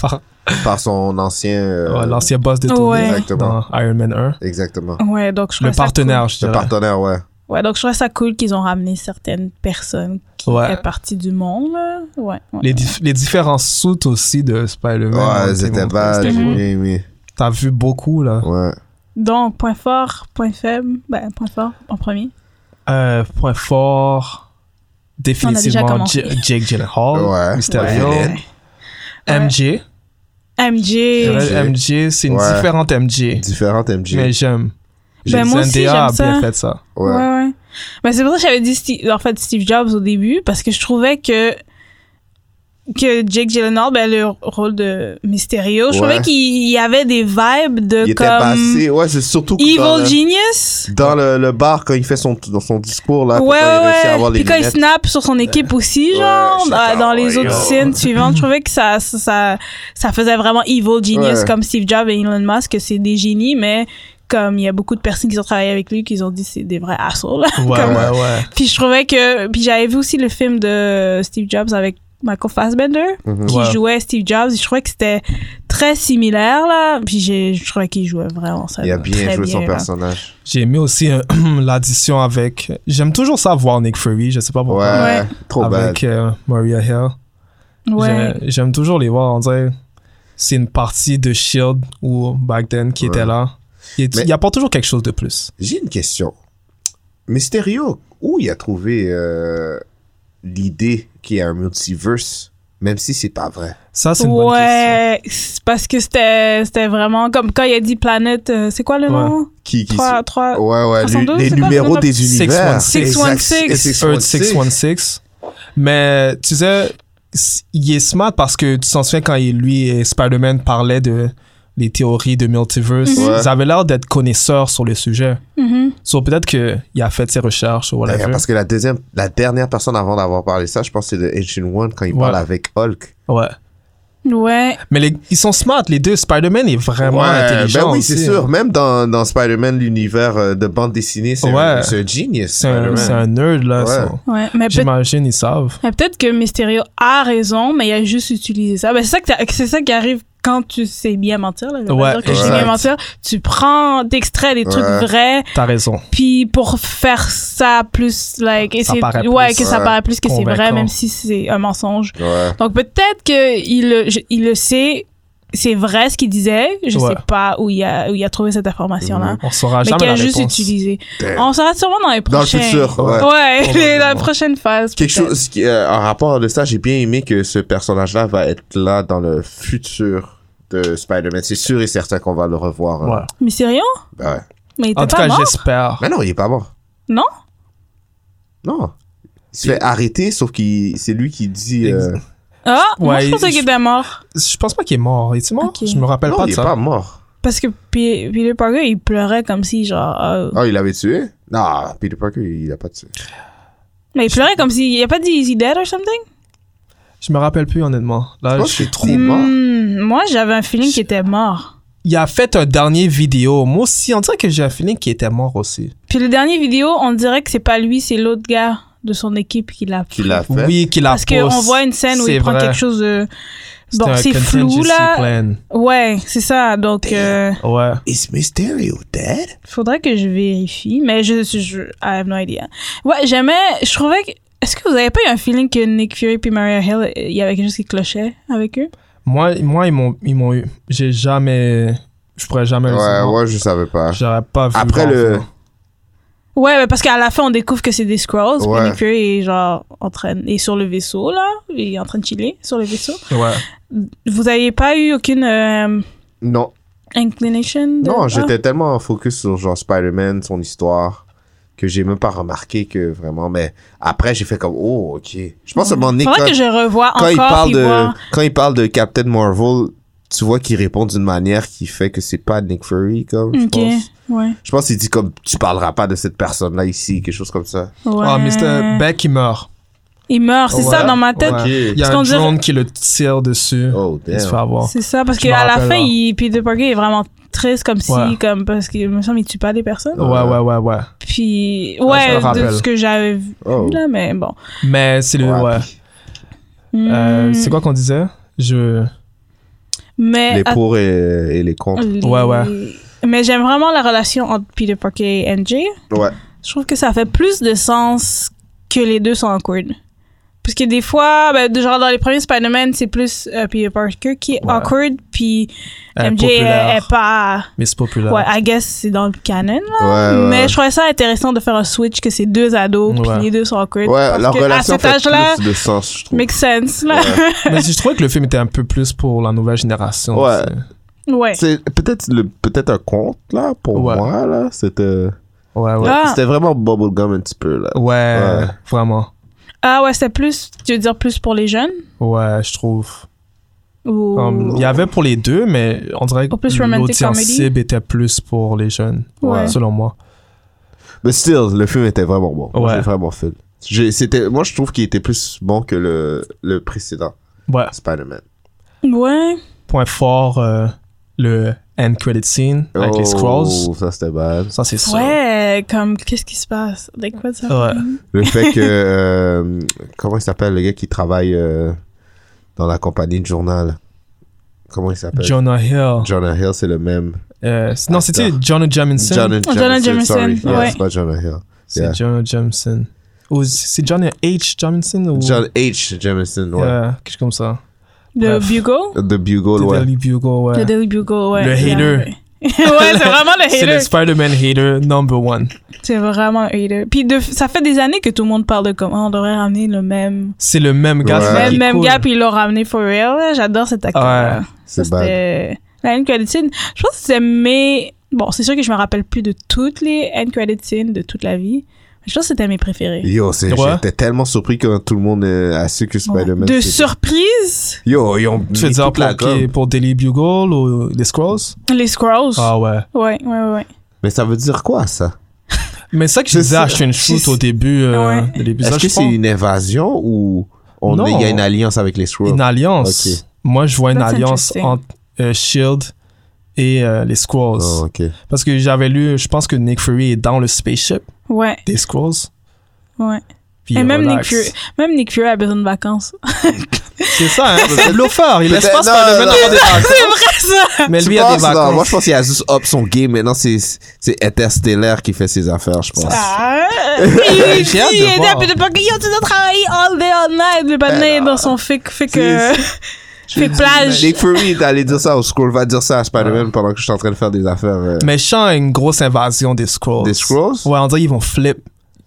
B: Par-
A: par son ancien. euh,
B: ouais, L'ancien boss de Tony.
C: Ouais.
A: Exactement.
B: Dans Iron Man 1.
A: Exactement.
C: Ouais, donc je
B: Le
C: trouvais ça
B: partenaire, je
A: Le
B: dirais.
A: partenaire, ouais.
C: cool. Ouais, donc je trouvais ça cool qu'ils ont ramené certaines personnes qui
B: Ouais.
C: faisaient partie du monde. là. Ouais. ouais.
B: Les, dif- les différents soutes aussi de Spider-Man.
A: Ouais,
B: ont été
A: c'était
B: montrées.
A: bad,
B: C'était
A: j'ai
B: cool.
A: bien aimé.
B: T'as vu beaucoup, là.
A: Ouais.
C: Donc, point fort, point faible. Ben, point fort en premier.
B: Euh, point fort,
C: déjà
B: définitivement
C: commencé.
B: J- Jake Gyllenhaal,
A: Ouais.
B: Mysterio,
A: Ouais.
B: MJ.
C: MJ.
A: Ouais.
B: Euh, MJ, c'est une
A: Ouais.
B: différente MJ,
A: Différentes MJ.
B: mais j'aime.
C: Ben, moi aussi,
B: Zendaya a
C: j'aime
B: bien
C: ça.
B: fait ça.
C: Ouais,
A: Ouais.
C: ouais. Mais c'est pour ça que j'avais dit Steve, en fait, Steve Jobs au début, parce que je trouvais que, que Jake Gyllenhaal, ben, le rôle de Mysterio, je
A: Ouais.
C: trouvais qu'il y avait des vibes de
A: Il était
C: comme
A: passé. Ouais, c'est surtout que dans,
C: Evil
A: le,
C: Genius.
A: dans le, le bar quand il fait son, dans son discours là.
C: Ouais,
A: pour
C: ouais,
A: quand il réussit à avoir
C: Puis
A: les
C: quand il
A: lunettes.
C: snap sur son équipe aussi,
A: Ouais,
C: genre,
A: j'étais
C: dans-
A: comme,
C: dans les
A: oh,
C: autres
A: yo.
C: scènes suivantes, je trouvais que ça, ça, ça, ça faisait vraiment Evil Genius
A: Ouais.
C: comme Steve Jobs et Elon Musk, que c'est des génies, mais comme il y a beaucoup de personnes qui ont travaillé avec lui, qui ont dit c'est des vrais assholes.
B: Ouais,
C: Comme-
B: ouais, ouais.
C: Puis je trouvais que. Puis j'avais vu aussi le film de Steve Jobs avec Michael Fassbender,
A: Mhm.
C: qui
B: Ouais.
C: jouait Steve Jobs. Et je trouvais que c'était très similaire, là. Puis j'ai- je trouvais qu'il jouait vraiment ça.
A: Il a bien
C: euh, très
A: joué son
C: là.
A: personnage.
B: J'ai aimé aussi euh, l'addition avec. J'aime toujours ça voir Nick Fury, je sais pas
A: Ouais.
B: pourquoi.
C: Ouais.
A: Trop bad.
B: avec euh, Maria Hill.
C: Ouais.
B: J'ai- J'aime toujours les voir. On dirait c'est une partie de Shield E ou back then qui était
A: Ouais.
B: là. Il,
A: Mais-
B: y a pas toujours quelque chose de plus.
A: J'ai une question. Mysterio, où il a trouvé euh, l'idée qu'il y a un multiverse, même si c'est pas vrai?
B: Ça, c'est une bonne question.
C: Ouais, c'est parce que c'était c'était vraiment comme quand il a dit planète, euh, c'est quoi le
B: Ouais.
C: nom?
A: Qui, qui
C: Trois, trois.
A: Ouais, ouais, les-
C: 72,
A: les
C: c'est quoi le
A: numéros
C: nombre?
A: des univers.
B: 616.
A: Exact,
C: 616.
B: Earth 616. Mais tu sais, s- il est smart parce que tu t'en souviens quand il- lui et Spider-Man parlaient de les théories de multiverse,
C: Mm-hmm.
A: Mhm. Ouais.
B: ils avaient l'air d'être connaisseurs sur le sujet.
A: Oh.
C: Mhm.
B: So, peut-être qu'il a fait ses recherches ou whatever.
A: Ben, Eh, Parce que la deuxième, la dernière personne avant d'avoir parlé ça, je pense que c'est de Ancient One quand il
B: Ouais.
A: parle avec Hulk.
B: Ouais.
C: Ouais.
B: Mais les- ils sont smart, les deux. Spider-Man est vraiment intelligent.
A: ben oui, c'est
B: aussi.
A: sûr. Même dans, dans Spider-Man, l'univers euh, de bande dessinée, c'est
B: Ouais.
A: un, c'est un genius.
B: C'est un,
A: Spider-Man.
B: c'est un nerd, là.
A: Ouais.
B: so,
C: Ouais. Mais peut-
B: J'imagine, ils savent.
C: Ben, mais peut-être que Mysterio a raison, mais il a juste utilisé ça. Ben, c'est ça que t'as- c'est ça qui arrive quand tu sais bien mentir, là, je vais pas
B: Ouais,
C: dire que je sais
A: exact.
C: bien mentir, tu prends, t'extrais des trucs
A: Ouais.
C: vrais,
B: T'as raison.
C: puis pour faire ça plus, like,
B: Ça
C: essayer-
B: paraît
C: ouais,
B: plus,
C: que ça
A: ouais,
C: paraît plus que c'est vrai,
B: convaincant.
C: même si c'est un mensonge.
A: Ouais.
C: Donc peut-être qu'il le, je- il le sait, c'est vrai ce qu'il disait, je
B: Ouais.
C: sais pas où il a, où il a trouvé cette information-là.
B: On saura
C: Ah. Mais
B: jamais
C: qu'il
B: la
C: a juste
B: réponse.
C: utilisé.
A: Damn.
C: On saura sûrement dans les
A: Dans le
C: prochains.
A: futur, ouais.
B: Ouais.
C: Ouais, les- la
B: Probablement.
C: prochaine phase.
A: Quelque
C: peut-être.
A: chose qui, euh, en rapport à ça, j'ai bien aimé que ce personnage-là va être là dans le futur de Spider-Man. C'est sûr et certain qu'on va le revoir.
B: Ouais.
A: hein.
C: Mais sérieux?
A: Ben ouais.
C: Mais il
B: En tout
C: était pas
B: cas,
C: mort?
B: j'espère.
A: Mais Bah non, il est pas mort.
C: Non?
A: Non. Il se fait arrêter, sauf que c'est lui qui dit. euh,
C: Ah, moi
B: Ouais,
C: je pensais
B: je-
C: qu'il était mort.
B: Je pense pas qu'il est mort. Est-il mort
C: Ok.
B: Je me rappelle
A: non,
B: pas
A: il
B: de
A: est
B: ça.
A: pas mort.
C: Parce que P- Peter Parker, il pleurait comme si, genre. euh,
A: Ah, il l'avait tué Non, Peter Parker, il a pas tué.
C: Mais il pleurait comme s'il. Il a pas dit Is he dead or something?
B: Je me rappelle plus honnêtement.
A: Je
B: Là,
A: pense
B: je suis
A: que
B: trop.
A: c'est mort.
C: Hmm, moi j'avais un feeling qu'il était mort.
B: Il a fait un dernier vidéo. Moi aussi, on dirait que j'ai un feeling qu'il était mort aussi.
C: Puis le dernier vidéo, on dirait que c'est pas lui, c'est l'autre gars de son équipe qui l'a.
A: Qui l'a fait
B: Oui, qu'il a
C: Parce qu'on voit une scène où il prend quelque chose de. Bon, c'est flou là. Ouais, c'est ça. Donc, euh,
B: Ouais.
A: Is Mysterio dead
C: faudrait que je vérifie. Mais je, je, je- I have no idea. Ouais, j'aimais. Je trouvais que. Est-ce que vous avez pas eu un feeling que Nick Fury puis Maria Hill, euh, il y avait quelque chose qui clochait avec eux?
B: Moi, moi ils m'ont ils m'ont eu. J'ai jamais. Je pourrais jamais le
A: Ouais,
B: savoir.
A: ouais, je savais pas.
B: J'aurais pas vu.
A: Après
B: grand
A: le-
B: film.
C: Ouais, mais parce qu'à la fin, on découvre que c'est des Skrulls. puis
A: Ouais.
C: Nick Fury est genre en train, est sur le vaisseau là. Il est en train de chiller sur le vaisseau.
B: Ouais.
C: Vous avez pas eu aucune. euh,
A: Non,
C: Inclination de-
A: non,
C: Ah.
A: j'étais tellement focus sur genre Spider-Man, son histoire, que j'ai même pas remarqué que vraiment. Mais après, j'ai fait comme oh ok. Je pense à mon donné,
C: Hmm. Faudrait
A: quand,
C: que je revoie
A: quand
C: encore.
A: il parle
C: puis
A: de
C: voir.
A: quand il parle de Captain Marvel, tu vois qu'il répond d'une manière qui fait que c'est pas Nick Fury comme. Je
C: Ok,
A: pense.
C: ouais.
A: Je pense qu'il dit comme tu parleras pas de cette personne là ici, quelque chose comme ça.
C: ouais.
B: Ah, Mr. Beck, il meurt.
C: Il meurt, c'est ça
B: Ouais.
C: dans ma tête.
B: Ouais.
A: Ok.
B: Il y a
C: Parce qu'on
B: un
C: dirait-
B: drone qui le tire dessus.
A: Ah. Oh
B: Il se fait
A: damn.
B: avoir.
C: C'est ça, parce
B: Je me
C: qu'à la
B: rappelle,
C: fin,
B: là.
C: il, Peter Parker est vraiment triste, comme si,
B: Ouais.
C: comme, parce qu'il me semble, il tue pas des personnes.
B: Ouais, ouais, ouais, ouais.
C: Puis,
B: je me
C: ouais, de
B: rappelle.
C: ce que j'avais vu,
A: Oh.
C: là, mais bon.
B: Mais c'est le.
A: Ouais.
B: Ouais. Euh,
C: Hmm.
B: c'est quoi qu'on disait Je.
C: Mais,
A: Les
C: Euh,
A: pour et, et les contre.
C: att-
B: Ouais, ouais.
C: les- Mais j'aime vraiment la relation entre Peter Parker et MJ.
A: Ouais.
C: je trouve que ça fait plus de sens que les deux sont en awkward. Parce que des fois, ben, genre dans les premiers Spider-Man, c'est plus euh, Peter Parker qui est
B: Ouais.
C: awkward, puis
B: Euh,
C: MJ
B: populaire.
C: est, est pas...
B: Mais c'est populaire.
C: Ouais, I guess c'est dans le canon, là.
A: Ouais, ouais,
C: Mais
A: ouais.
C: je trouvais ça intéressant de faire un switch que c'est deux ados,
B: Ouais.
C: puis les deux sont awkward.
A: Euh, Ouais,
C: parce
A: leur
C: que
A: relation
C: à cet
A: fait
C: âge-là,
A: plus de sens, je trouve.
C: make sense, là.
B: Mais je trouvais que le film était un peu plus pour la nouvelle génération.
A: Ouais.
B: tu sais.
C: Ouais.
A: C'est peut-être le peut-être un conte là pour
B: Ouais.
A: moi là, c'était
B: Ouais, ouais.
C: Ah.
A: c'était vraiment bubblegum un petit peu là.
B: Ouais,
A: Ouais.
B: vraiment.
C: Ah ouais, c'était plus, tu veux dire plus pour les jeunes?
B: Ouais, je trouve.
C: Ou...
B: Comme, il y avait pour les deux, mais on dirait que
C: Ou plus romantic
B: l'audience
C: comedy.
B: cible était plus pour les jeunes,
C: Ouais.
B: selon moi.
A: Mais still, le film était vraiment bon. Moi,
B: Ouais.
A: J'ai vraiment fun. J'ai- c'était moi je trouve qu'il était plus bon que le le précédent
B: Ouais.
A: Spider-Man.
C: Ouais.
B: Point fort, euh, le end credit scene avec les Scrolls.
A: Oh, ça c'était bad.
B: Ça, c'est sûr.
C: Ouais, comme, qu'est-ce qui se passe? Like, what's
B: Ouais.
C: happening?
A: Le fait que euh, comment il s'appelle le gars qui travaille euh, dans la compagnie de journal. Comment il s'appelle
B: Jonah Hill.
A: Jonah Hill, c'est le même.
B: Euh, c- non, c'était
A: Acteur.
B: Jonah Jamison.
A: Ah, Jonah
C: Oh, Jonah Jameson,
A: sorry. Yeah,
C: ouais.
A: c'est pas Jonah Hill.
B: C'est
A: Yeah.
B: Jonah Jamison. Ou c- c'est Jonah H. Jamison ou.
A: John H. Jameson, ouais.
B: Euh, quelque chose comme ça.
C: Le
B: Bref.
C: Bugle?
A: The Bugle,
B: The
A: ouais.
B: Daily Bugle, ouais.
C: Le Daily Bugle, ouais.
B: Le
C: Yeah,
B: hater.
C: ouais. ouais, c'est vraiment le
B: C'est le
C: hater.
B: Spider-Man hater number one.
C: C'est vraiment un hater. Puis de- ça fait des années que tout le monde parle de comment on devrait ramener le même.
B: C'est le même gars.
A: Ouais.
B: c'est
C: Le
B: ça qui
C: même,
B: est
C: même
B: cool.
C: gars, puis ils l'ont ramené for real. là. J'adore cet acteur.
B: Ouais,
C: Ça,
A: c'est bad.
C: c'était La end credit scene. Je pense que c'est mes. Bon, c'est sûr que je me rappelle plus de toutes les end credit scenes de toute la vie. Mais Je pense que c'était mes préférés.
A: Yo, c'est-
B: Ouais.
A: j'étais tellement surpris que tout le monde euh, a su que Spider-Man.
C: De
A: c'était-
C: surprise,
A: Yo, ils ont.
B: Tu veux
A: mis
B: dire
A: toute la
B: pour, qui,
A: gomme.
B: pour Daily Bugle ou les Scrolls
C: les Skrulls.
B: Ah ouais.
C: Ouais, ouais, ouais.
A: Mais ça veut dire quoi, ça
B: Mais c'est ça que je
A: C'est
B: disais
A: ça.
B: à Strange Fruit
A: C'est-
B: au début euh,
C: Ouais.
B: de l'épisode.
A: Est-ce que
B: je
A: c'est
B: pense.
A: une invasion ou on
B: Non.
A: il y a une alliance avec les Ah, Skrulls
B: une alliance
A: Ok.
B: Moi, je vois une
C: That's
B: alliance
C: interesting.
B: entre euh, Shield et euh, les Skrulls.
A: Oh, ok.
B: Parce que j'avais lu, je pense que Nick Fury est dans le spaceship
C: Ouais,
B: des Skrulls.
C: ouais.
B: Puis euh,
C: Et même Nick,
B: relax.
C: Fury, même Nick Fury a besoin de vacances.
B: C'est ça, hein. C'est bluffeur. Il laisse
A: Peut-être-
B: pas se faire
A: non,
B: le mettre
A: non.
B: dans des vacances.
C: Ça,
B: Mais
A: Tu
B: lui a des
A: penses? Non, moi,
B: vacances.
A: je pense qu'il a juste up son game. Maintenant, c'est c'est Interstellar qui fait ses affaires, je pense.
C: Ah, il
B: J'ai hâte de
C: il est là,
B: voir.
C: puis de pas que yo, tu dois travailler all day, all night, le bananer dans son fake, fake, euh, fake plage.
A: Nick Fury est allé dire ça au Scroll, va dire ça à Spider-Man pendant que je suis en train de faire des affaires. euh.
B: Mais je sens une grosse invasion des Scrolls.
A: Des Skrulls?
B: Ouais, on dirait qu'ils vont flip.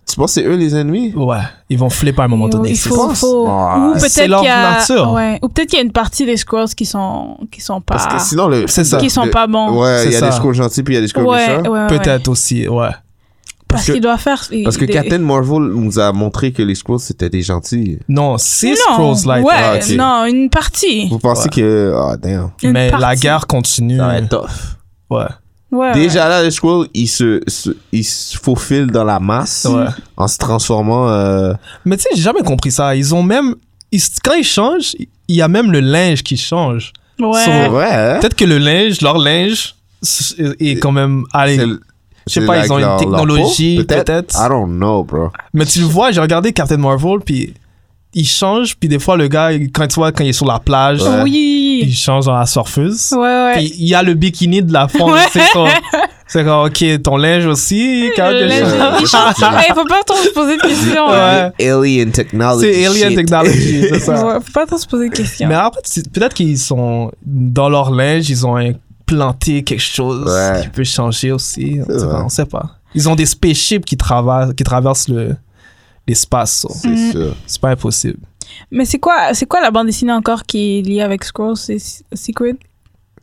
A: Tu penses que c'est eux les ennemis?
B: Ouais, ils vont flip à un moment donné.
C: Il
B: c'est
C: faut,
B: ça.
C: faut-
A: Ah,
C: ou peut-être
B: c'est
C: qu'il
B: leur
C: y a,
B: nature.
C: ouais, ou peut-être qu'il y a une partie des squirrels qui sont, qui sont pas,
A: Parce que sinon, le.
B: Ah, C'est ça.
C: qui sont
A: le-
C: pas bons.
A: Ouais, il y
B: C'est
A: a
B: ça.
A: des Skrulls gentils puis il y a des Skrulls
C: ouais,
A: méchants.
C: ouais, ouais.
B: Peut-être aussi, ouais.
C: Parce
B: que-
C: qu'il doit faire. il-
A: Parce que
C: des-
A: Captain Marvel nous a montré que les Skrulls c'était des gentils.
B: Non, c'est
C: Non,
B: Scrolls Light.
C: ouais,
A: Ah, ok.
C: non, une partie.
A: Vous pensez
B: Ouais.
A: que. Ah, damn.
C: Une
B: Mais la
C: partie.
B: guerre continue.
A: tough.
B: Ouais.
C: Ouais,
A: Déjà là, les Skrulls, ils se, se- ils se faufilent dans la masse
B: Ouais.
A: en se transformant. euh,
B: Mais tu sais, j'ai jamais compris ça. Ils ont même. ils- quand ils changent, il y a même le linge qui change.
C: ouais. Ouais.
B: sont-
A: Ouais, hein?
B: Peut-être que le linge, leur linge, s- est quand même. Allez,
A: C'est-
B: je sais
A: c'est
B: pas,
A: like
B: ils ont une
A: leur- leur
B: technologie,
A: peau,
B: peut-être.
A: I don't know, bro.
B: Mais tu le vois, j'ai regardé Captain Marvel, puis il change, puis des fois, le gars, il- quand tu vois, quand il est sur la plage,
A: Ouais.
B: il
C: Oui.
B: change dans la surfeuse.
C: Ouais, ouais.
B: Puis il y a le bikini de la femme.
C: Ouais.
B: C'est comme, c'est comme, ok, ton linge aussi, quand
C: Le
B: même.
C: linge- il change. Ouais, faut pas trop se poser de questions.
B: Ouais.
C: ouais.
A: Alien technology.
B: C'est alien
A: shit.
B: technology, c'est ça.
C: Ouais, Faut pas trop se poser de questions.
B: Mais après, tu- peut-être qu'ils sont dans leur linge, ils ont implanté quelque chose
A: Ouais.
B: qui peut changer aussi. On
A: C'est
B: sait,
A: vrai.
B: pas, on sait pas. Ils ont des spaceships qui traversent, qui traversent le l'espace. ça.
A: C'est
C: Mm.
A: sûr.
B: C'est pas impossible.
C: Mais c'est quoi, c'est quoi la bande dessinée encore qui est liée avec Scrolls C'est Secret,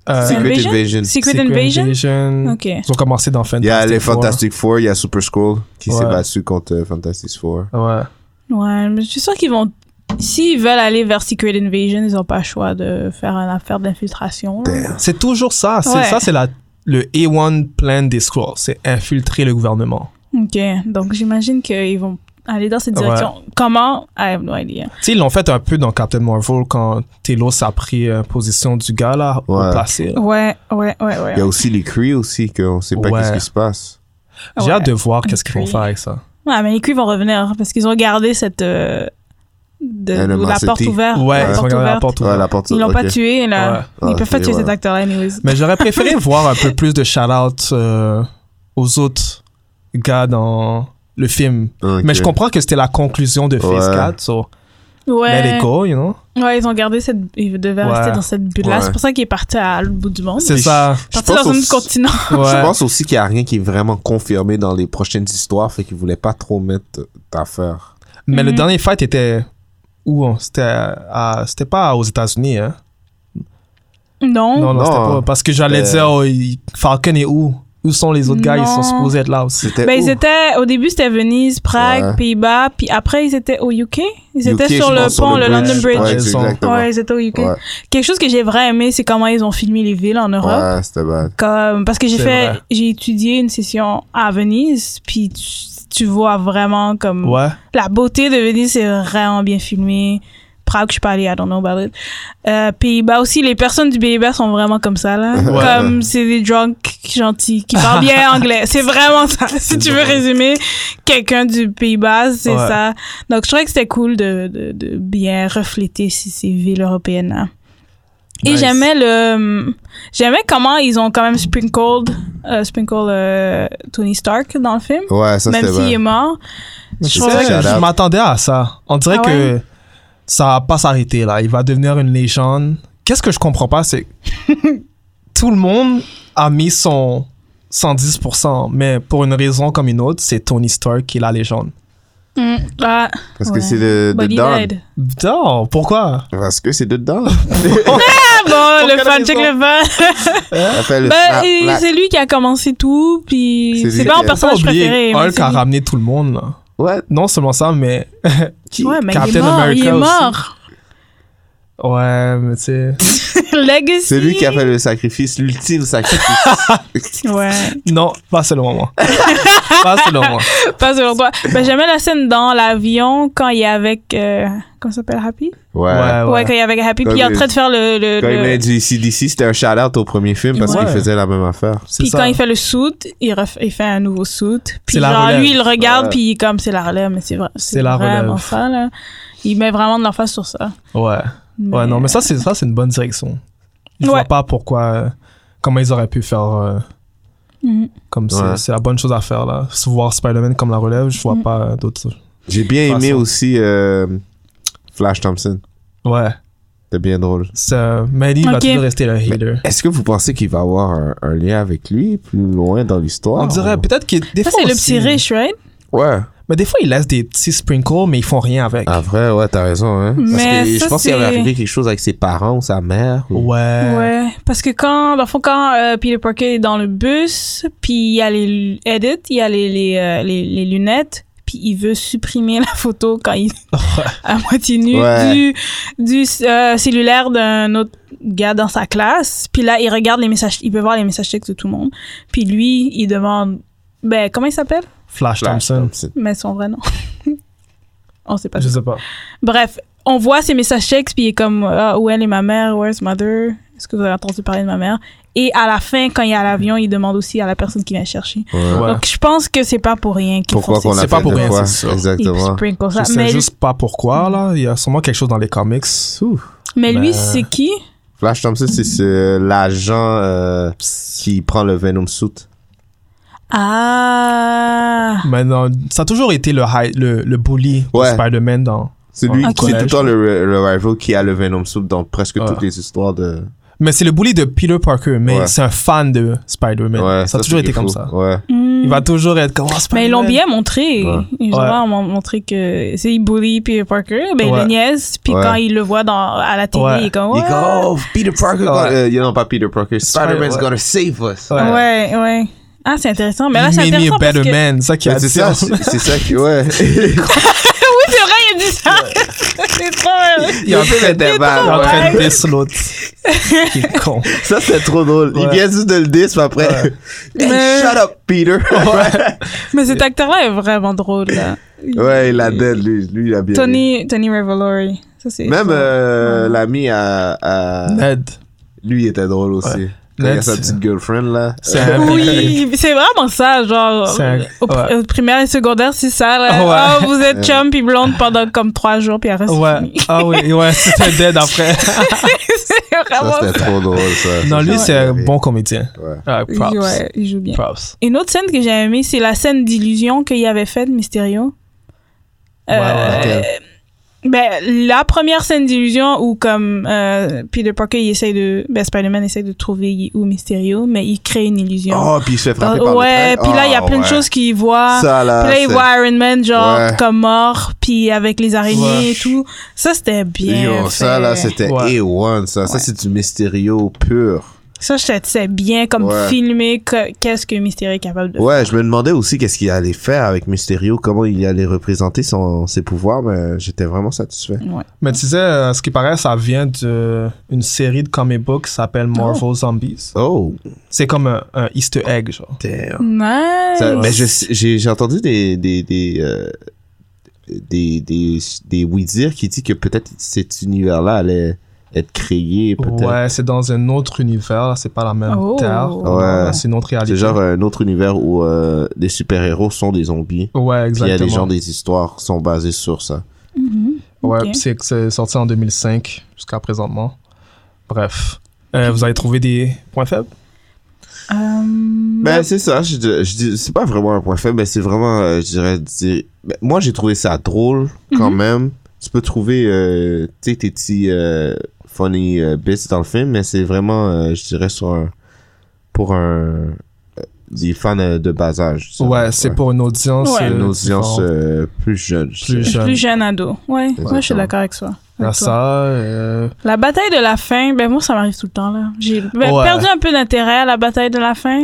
B: Euh,
A: Secret
C: Invasion?
A: Invasion.
C: Secret, Invasion? Ok.
B: Ils ont commencé dans
A: Il
B: Fantastic
A: y a les
B: Four.
A: Fantastic Four, il y a Super Skrull qui s'est
B: Ouais.
A: battu contre euh, Fantastic Four.
B: Ouais.
C: Ouais, mais je suis sûre qu'ils vont. S'ils veulent aller vers Secret Invasion, ils ont pas le choix de faire une affaire d'infiltration. là.
A: Damn.
B: C'est toujours ça. C'est
C: Ouais.
B: ça, c'est la le A1 plan des Skrulls. C'est infiltrer le gouvernement.
A: Ben.
C: Ok, donc j'imagine qu'ils vont aller dans cette direction. Comment I have no idea.
B: Tu sais, ils l'ont fait un peu dans Captain Marvel quand Telos a pris euh, position du gars là,
A: Ouais.
B: au placé. là.
C: Ouais, ouais, ouais, ouais.
A: Il y a aussi les Kree aussi, qu'on sait pas
B: Ouais.
A: qu'est-ce qui se passe.
B: J'ai
C: Ouais.
B: hâte de voir qu'est-ce qu'ils vont
C: Puis-
B: faire avec ça.
C: Ouais, mais les cuivres vont revenir hein, parce qu'ils ont gardé cette. euh, de,
A: Animosity.
C: la porte ouverte.
B: Ouais,
C: la
B: ils ont
C: Ah. porte
B: regardé
C: ouverte.
B: la porte
A: Ouais,
B: ouverte.
A: la porte.
C: Ils l'ont pas
A: ok.
C: tué, là.
B: Ouais.
C: Ils
A: Ah,
C: peuvent pas
A: ok,
C: tuer cet
A: ouais.
C: acteur-là, anyways.
B: Mais j'aurais préféré voir un peu plus de shout-out euh, aux autres gars dans le film.
A: Ok.
B: Mais je comprends que c'était la conclusion de Phase
A: Ouais.
B: 4, so let
C: Ouais.
B: it go, you know?
C: Ouais, ils ont gardé cette. Ils devaient
B: Ouais.
C: rester dans cette bulle-là.
A: Ouais.
C: C'est pour ça qu'il est parti à l'autre bout du monde.
B: C'est
C: Il est
B: ça.
A: Je
C: Parti
A: pense
C: dans un
A: aussi-
C: autre continent.
B: Ouais.
A: Je pense aussi qu'il n'y a rien qui est vraiment confirmé dans les prochaines histoires, fait qu'ils voulaient pas trop mettre d'affaires.
B: Mais le
C: Mhm.
B: dernier fight était où? hein? C'était à- à- c'était pas aux États-Unis, hein? Non,
C: Non.
B: non,
A: Non.
B: c'était pas. Parce que j'allais
A: Euh.
B: dire, oh, il- Falcon est où? Où sont les autres gars? Ils sont
C: Non.
B: supposés être là aussi.
A: C'était
C: Ben,
A: où?
C: ils étaient, au début, c'était Venise, Prague,
A: Ouais.
C: Pays-Bas, puis après, ils étaient au UK. Ils
A: UK,
C: étaient sur
A: je
C: le
A: pense,
C: pont, le, London Bridge.
A: Ouais,
B: Bridge.
C: Ouais.
A: c'est
B: Ils sont-
A: exactement. Ouais,
C: ils étaient au UK.
A: ouais,
C: Quelque chose que j'ai vraiment aimé, c'est comment ils ont filmé les villes en Europe.
A: c'était bad.
C: Comme, parce que j'ai
B: C'est
C: fait,
B: vrai.
C: j'ai étudié une session à Venise, puis tu, tu vois vraiment comme
B: Ouais.
C: la beauté de Venise, c'est vraiment bien filmé. Prague, je suis pas allée, I don't know about it. Euh, Pays-Bas aussi, les personnes du Pays-Bas sont vraiment comme ça, là.
B: Ouais.
C: Comme c'est des drunks gentils qui parlent bien anglais. C'est vraiment ça. Si tu veux résumer quelqu'un du Pays-Bas, c'est
B: Ouais.
C: ça. Donc, je trouvais que c'était cool de, de, de bien refléter ces, ces villes européennes, là. Et
B: Nice.
C: j'aimais le, j'aimais comment ils ont quand même sprinkled, euh, sprinkled euh, Tony Stark dans le film,
A: Ouais, ça
C: même
A: c'était
C: s'il est
A: bad.
C: mort.
B: Je,
A: C'est
B: trouvais
A: ça,
B: que je
A: j'adapte.
B: m'attendais à ça. On dirait
C: Ah
B: que ça va pas s'arrêter là. Il va devenir une légende. Qu'est-ce que je comprends pas, c'est tout le monde a mis son 110%, mais pour une raison comme une autre, c'est Tony Stark qui est la légende.
C: Mm. Ah,
A: Parce
C: Ouais.
A: que c'est de, de
C: Body
A: Don.
C: Dead.
B: Non, pourquoi
A: Parce que c'est de Don.
C: Ah bon,
B: Pour
C: le
B: quelle
C: fan, check
B: raison?
C: le fan.
A: Elle fait le
C: Ben,
A: snap,
C: et
A: là.
C: c'est lui qui a commencé tout, puis
A: C'est
C: c'est
A: lui
C: pas
A: qui
C: mon
A: a-
C: personnage
B: Faut pas oublier
C: préféré. mais
B: Hulk
C: c'est
B: a
C: lui.
B: ramené tout le monde. là.
A: What?
B: Non seulement ça, mais
A: Qui?
C: Ouais, mais il est
B: Captain
C: mort,
B: America
C: il est
B: aussi.
C: mort.
B: Ouais, mais tu sais.
C: Legacy.
A: C'est lui qui a fait le sacrifice, l'ultime sacrifice.
C: Ouais.
B: Non, pas selon moi. pas selon moi.
C: Pas selon toi. Ben, j'aimais la scène dans l'avion quand il est avec. euh, comment ça s'appelle Happy
A: Ouais.
B: Ah Ouais,
C: ouais.
B: ouais.
C: quand il est avec Happy.
A: Comme
C: Puis il est en
A: il-
C: train de faire le. le-
A: Quand il
C: le-
A: met du CDC, c'était un shout-out au premier film parce
B: Ouais.
A: qu'il faisait la même affaire.
B: C'est
C: Puis
B: ça.
C: quand il fait le suit, il, ref- il fait un nouveau suit. Puis
B: C'est la
C: genre,
B: relève.
C: lui, il le regarde,
A: Ouais.
C: puis il est comme c'est la relève, mais c'est vrai.
B: C'est la
C: vraiment
B: relève.
C: ça, là. Il met vraiment de l'emphase sur ça.
B: Ouais. Ouais, non, mais ça, c'est ça, c'est une bonne direction. Je
C: Ouais.
B: vois pas pourquoi, euh, comment ils auraient pu faire euh,
C: Mhm.
B: comme c'est,
A: Ouais.
B: c'est la bonne chose à faire là. Se voir Spider-Man comme la relève, je vois
C: Mhm.
B: pas euh, d'autres.
A: J'ai bien aimé
B: Façon.
A: aussi euh, Flash Thompson.
B: Ouais.
A: C'était bien drôle.
B: C'est, euh, Manny va
C: Ok.
B: toujours rester le hater.
A: Est-ce que vous pensez qu'il va avoir un, un lien avec lui plus loin dans l'histoire
B: On dirait peut-être que des
C: Ça,
B: fois
C: c'est le
B: aussi-
C: petit riche, right?
A: Ouais.
B: Mais des fois, ils laissent des petits sprinkles, mais ils font rien avec.
A: Ah, vrai, ouais, t'as raison. Hein?
C: Mais
A: Parce que
C: ça,
A: je pense qu'il
C: c'est-
A: avait arrivé quelque chose avec ses parents ou sa mère. ou-
B: Ouais.
C: Ouais, parce que quand, dans le fond, quand euh, Peter Parker est dans le bus, puis il y a les edits, il y a les, les, euh, les, les lunettes, puis il veut supprimer la photo quand il à moitié nu
A: Ouais.
C: du, du euh, cellulaire d'un autre gars dans sa classe. Puis là, il regarde les messages, il peut voir les messages textes de tout le monde. Puis lui, il demande, ben, comment il s'appelle?
B: Flash,
A: Flash
B: Thompson.
A: Thompson.
C: Mais son vrai nom. On sait pas.
B: Je sais pas.
C: Bref, on voit ces messages textes, puis il est comme Ah, Où elle est ma mère Where's mother Est-ce que vous avez entendu parler de ma mère Et à la fin, quand il est à l'avion, il demande aussi à la personne qui vient chercher.
A: Ouais.
B: Ouais.
C: Donc, je pense que c'est pas pour rien qu'ils
A: Pourquoi
C: font
A: qu'on l'a
C: ces-
B: C'est
A: fait
B: pas pour
A: deux
B: rien,
A: fois.
B: c'est ça.
C: ils
A: Exactement.
C: sprinkle ça.
B: Je sais
C: Mais,
B: juste pas pourquoi là. Il y a sûrement quelque chose dans les comics.
C: mais lui,
A: Ben.
B: Mais-
C: c'est qui
A: Flash Thompson, c'est ce- l'agent euh, qui prend le Venom suit.
C: Ah
B: Mais non, ça a toujours été le, hi- le, le bully
A: Ouais.
B: de Spider-Man dans.
A: C'est lui,
C: Ok.
A: c'est tout le temps le, le rival qui a le Venom suit dans presque
B: Ouais.
A: toutes les histoires de.
B: Mais c'est le bully de Peter Parker, mais
A: Ouais.
B: c'est un fan de Spider-Man.
A: Ouais,
B: ça a toujours
A: c'est
B: été
A: fou.
B: comme ça.
A: Ouais.
C: Hmm.
B: Il va toujours être comme oh,
C: mais ils l'ont
B: Spider-Man.
C: bien montré.
A: Ouais.
C: Ils
B: Ouais.
C: ont vraiment montré que c'est il bully Peter Parker, ben il
B: Ouais.
C: le niaise, puis
A: Ouais.
C: quand il le voit dans, à la télé,
B: Ouais.
C: il est comme
A: Il
C: ouais.
A: est comme, oh, Peter Parker.
B: Ouais.
A: Euh, non, pas Peter Parker. Spider-Man's
B: Ouais.
A: gonna save us.
B: Ouais.
C: Ouais, ouais. Ah, c'est intéressant. Mais là,
B: You
C: c'est
B: made me
C: intéressant
B: a
C: parce
B: better
C: que...
B: man. ça qui a
A: Mais C'est ça, c'est c'est ça qui. Ouais.
C: Oui, c'est vrai, il a dit ça. c'est trop vrai.
B: Il est en train
A: C'était mal,
B: en
A: ouais.
B: train de diss l'autre. Qui est con.
A: Ça, c'est trop drôle. Il
B: Ouais.
A: vient juste de le dire, mais après.
B: Ouais.
A: Hey,
C: Mais-
A: Shut up, Peter.
C: Mais cet acteur-là est vraiment drôle, là.
A: ouais, il a dead, lui. Lui, il a bien.
C: Tony, Tony Revolori. Ça, c'est.
A: Même
C: ça.
A: euh, l'ami à, à-
B: Ned.
A: Lui, il était drôle aussi. Quand il a
B: Ned,
A: sa
B: c'est-
A: petite girlfriend, là.
B: C'est un
C: Oui, c'est vraiment ça, genre.
B: C'est un-
C: Au, pr-
B: ouais.
C: au primaire et secondaire, c'est ça, là.
B: Ouais.
C: Oh, vous êtes chum puis blonde pendant comme trois jours, puis après, c'est
B: Ouais.
C: fini.
B: Ah oui, ouais, c'était Ned après.
C: c'est
A: Ça,
C: vraiment.
A: c'était trop drôle, ça.
B: Non, lui,
A: Ça,
B: c'est un
A: ouais.
B: bon comédien.
A: Ouais.
B: Ouais, props.
C: Ouais, il joue bien.
B: Props.
C: Une autre scène que j'ai aimée, c'est la scène d'illusion qu'il avait faite, Mysterio. Euh,
B: Ouais, ouais.
C: Ben, la première scène d'illusion où comme euh, Peter Parker il essaye de ben Spider-Man essaye de trouver où Mysterio mais il crée une illusion.
A: Oh, puis il se fait frapper
C: Euh,
A: par
C: ouais,
A: le train.
C: puis là il y a
A: Ah,
C: plein de
A: ouais.
C: choses qu'il voit.
A: Ça, là.
C: puis là il
A: c'est-
C: voit Iron Man genre
A: Ouais.
C: comme mort puis avec les araignées
B: Ouais.
C: et tout. Ça c'était bien
A: Yo,
C: fait.
A: ça là, c'était
B: Ouais.
A: A1, ça. Ça,
C: Ouais.
A: c'est du mystérieux pur.
C: Ça c'était c'était bien comme
A: Ouais.
C: filmé que- qu'est-ce que Mysterio est capable de
A: Ouais, je me demandais aussi qu'est-ce qu'il allait faire avec Mysterio, comment il allait représenter son, ses pouvoirs, mais j'étais vraiment satisfait.
C: faire. Ouais.
B: Mais tu sais, euh, ce qui paraît, ça vient d'une série de comic books qui s'appelle Marvel Zombies.
A: Oh,
B: C'est comme un, un easter egg, genre.
A: damn.
C: Nice.
A: Ça- mais je sais- j'ai j'ai entendu des des des euh, des, des, des oui-dire qui dit que peut-être cet univers-là allait être créé, peut-être.
B: Ouais, c'est dans un autre univers, là, c'est pas la même
C: Oh.
B: terre.
A: Ouais.
B: C'est une autre réalité.
A: C'est genre un autre univers où euh, des super-héros sont des zombies.
B: Ouais,
A: Puis euh, il y a
B: exactement.
A: des gens, des histoires qui sont basées sur ça.
C: Mhm.
B: Ouais,
C: Ok.
B: puis c'est que c'est sorti en 2005 jusqu'à présentement. Bref. Euh, vous avez trouvé des points faibles?
C: Euh,
A: Ben, c'est ça. Je, dis- je dis, c'est pas vraiment un point faible, mais c'est vraiment, euh, je dirais, dire- ben, moi, j'ai trouvé ça drôle
B: Mhm.
A: quand même. Tu peux trouver, euh, tu sais, tes petits euh, funny euh, bits dans le film, mais c'est vraiment, euh, je dirais, sur un- pour un, euh, des fans euh, de bas âge. ça.
B: Ouais, c'est pour une audience.
C: Ouais.
B: euh,
A: une audience
B: différente.
A: euh, plus jeune. je
B: Plus
A: dirais.
B: jeune.
C: plus jeune ado. Ouais, moi je suis
A: Exactement.
C: d'accord avec ça.
A: Ah,
B: Il y a
C: Avec toi.
B: ça. euh,
C: La bataille de la fin, ben moi ça m'arrive tout le temps là. J'ai ben,
B: Ouais.
C: perdu un peu d'intérêt à la bataille de la fin.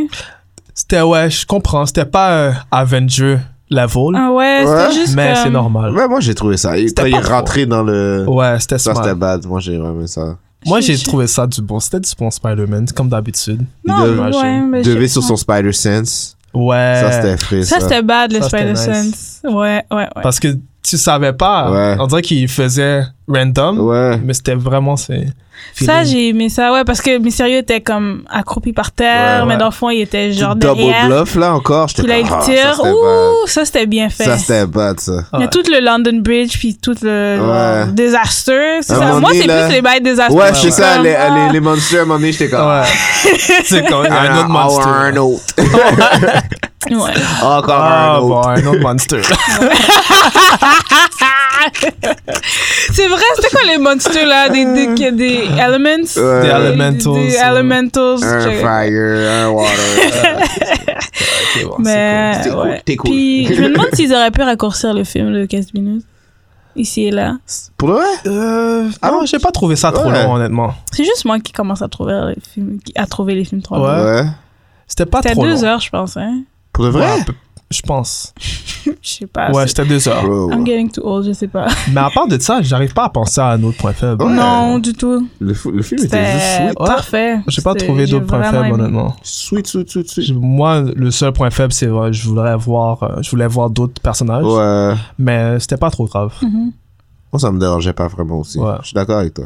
B: C'était, ouais, je comprends. C'était pas euh, Avenger. level,
C: Ah ouais,
A: Ouais.
C: c'était juste
B: mais c'est
C: comme-
B: normal.
A: Ouais, moi, j'ai trouvé ça. Il-
B: C'était
A: Quand il
B: pas
A: est rentré dans le.
B: Ouais, c'était
A: ça, c'était
B: smart.
A: bad. Moi, j'ai aimé ça.
B: Moi,
C: Je-
B: j'ai
C: je-
B: trouvé ça du bon. C'était du bon Spider-Man, comme d'habitude.
C: Non,
A: Il
B: devait-
C: ouais, mais je-
A: Devait sur son Spider-Sense.
B: Ouais.
A: Ça, c'était frais.
C: Ça, c'était bad, le
B: Ça, c'était
C: Spider-Sense. Ouais, ouais, ouais.
B: Parce que tu savais pas.
A: Ouais.
B: On dirait qu'il faisait random,
A: Ouais.
B: mais c'était vraiment. c'est
C: Ça,
B: feeling.
C: j'ai aimé ça, ouais, parce que Mysterio était comme accroupi par terre,
B: Ouais,
C: mais
B: ouais.
C: dans le fond, il était genre
A: Double
C: derrière.
A: bluff, là, encore. J'étais
C: Puis là, il
A: comme, ah,
C: tire. Ouh, ben. ça, c'était bien fait.
A: Ça, c'était bad. Ça, c'était bad, ça.
C: Il y a tout le London Bridge, puis tout le
A: Ouais.
C: désastreux. C'est
A: À un
C: ça.
A: moment
C: Moi,
A: donné,
C: c'est
A: là-
C: plus les bêtes désastreux.
A: Ouais, c'est
C: Comme,
A: ça. Les,
C: ah,
A: les, les monstres, à un moment donné, j'étais comme.
B: Ouais. c'est quand même un autre monster.
A: Ah. un autre.
C: ouais.
A: Encore
B: Ah,
A: un
B: bon,
A: autre.
B: un autre monster.
C: Ah! C'est vrai, c'était quoi les monsters, là? Des, des, des, des elements?
A: Ouais. Des
B: elementals,
C: Des
B: ouais.
C: elementals.
A: Un
C: Je-
A: fire, un water.
B: Ok, bon,
C: Mais
A: c'est cool.
C: ouais.
A: T'es cool.
C: Puis je me demande s'ils auraient pu raccourcir le film de 15 minutes. Ici et là.
A: Pour le vrai?
B: c'est cool. Euh,
A: Ah
B: non,
A: bon?
B: j'ai pas trouvé ça trop
A: Ouais.
B: long, honnêtement.
C: C'est juste moi qui commence à trouver les films, qui- à trouver les films trop longs.
B: Ouais.
A: Ouais.
B: C'était pas
C: C'était
B: trop long.
C: deux heures, je pense. Hein?
A: Pour le
B: Ouais,
A: vrai?
B: un peu- je pense.
C: Je sais pas.
B: ouais,
C: Ah, c'est-
B: c'était deux heures.
A: Bro.
C: I'm getting too old, je sais pas.
B: Mais à part de ça, j'arrive pas à penser à un autre point faible.
A: Ouais.
C: Non, du tout.
A: Le, fou- le film était juste
C: C'était
A: sweet.
B: Ouais.
C: parfait.
B: J'ai pas
C: C'était-
B: trouvé
C: j'ai
B: d'autres points
C: vraiment
B: faibles,
C: aimé.
B: honnêtement.
A: Sweet, sweet, sweet,
B: Je-
A: sweet.
B: Moi, le seul point faible, c'est vrai, je voulais voir, euh, je voulais voir d'autres personnages,
A: Ouais.
B: mais c'était pas trop grave.
C: Mhm.
A: Moi, ça me dérangeait pas vraiment aussi.
B: Ouais.
A: Je suis d'accord avec toi.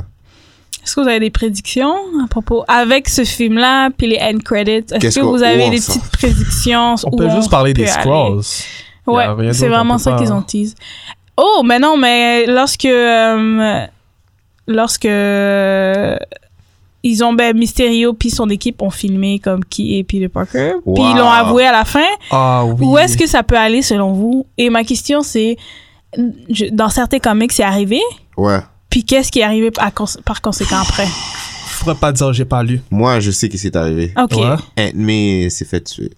C: Est-ce que vous avez des prédictions à propos avec ce film-là, puis les end credits? Est-ce
A: Qu'est-ce
C: que vous
A: qu'on- où
C: avez
A: on
C: des
A: s'en-
C: petites prédictions?
B: On
C: où
B: peut juste parler des
C: peut aller?
B: Squirrels. Il y a rien
C: Ouais, c'est
B: d'autre, on
C: vraiment
B: peut
C: ça
B: pas-
C: qu'ils ont tease. Oh, mais non, mais lorsque. euh, lorsque. euh, ils ont. Ben, Mysterio puis son équipe ont filmé comme qui est Peter Parker. Puis ils
A: Wow.
C: l'ont avoué à la fin.
B: Ah oui.
C: Où est-ce que ça peut aller selon vous? Et ma question, c'est. je- Dans certains comics, c'est arrivé.
A: Ouais.
C: Puis qu'est-ce qui est arrivé à cons- par conséquent après?
B: Je pourrais pas dire, j'ai pas lu.
A: Moi, je sais qu'est-ce qui s'est arrivé.
C: Ok.
B: Ouais.
A: Ant-Man s'est fait tuer.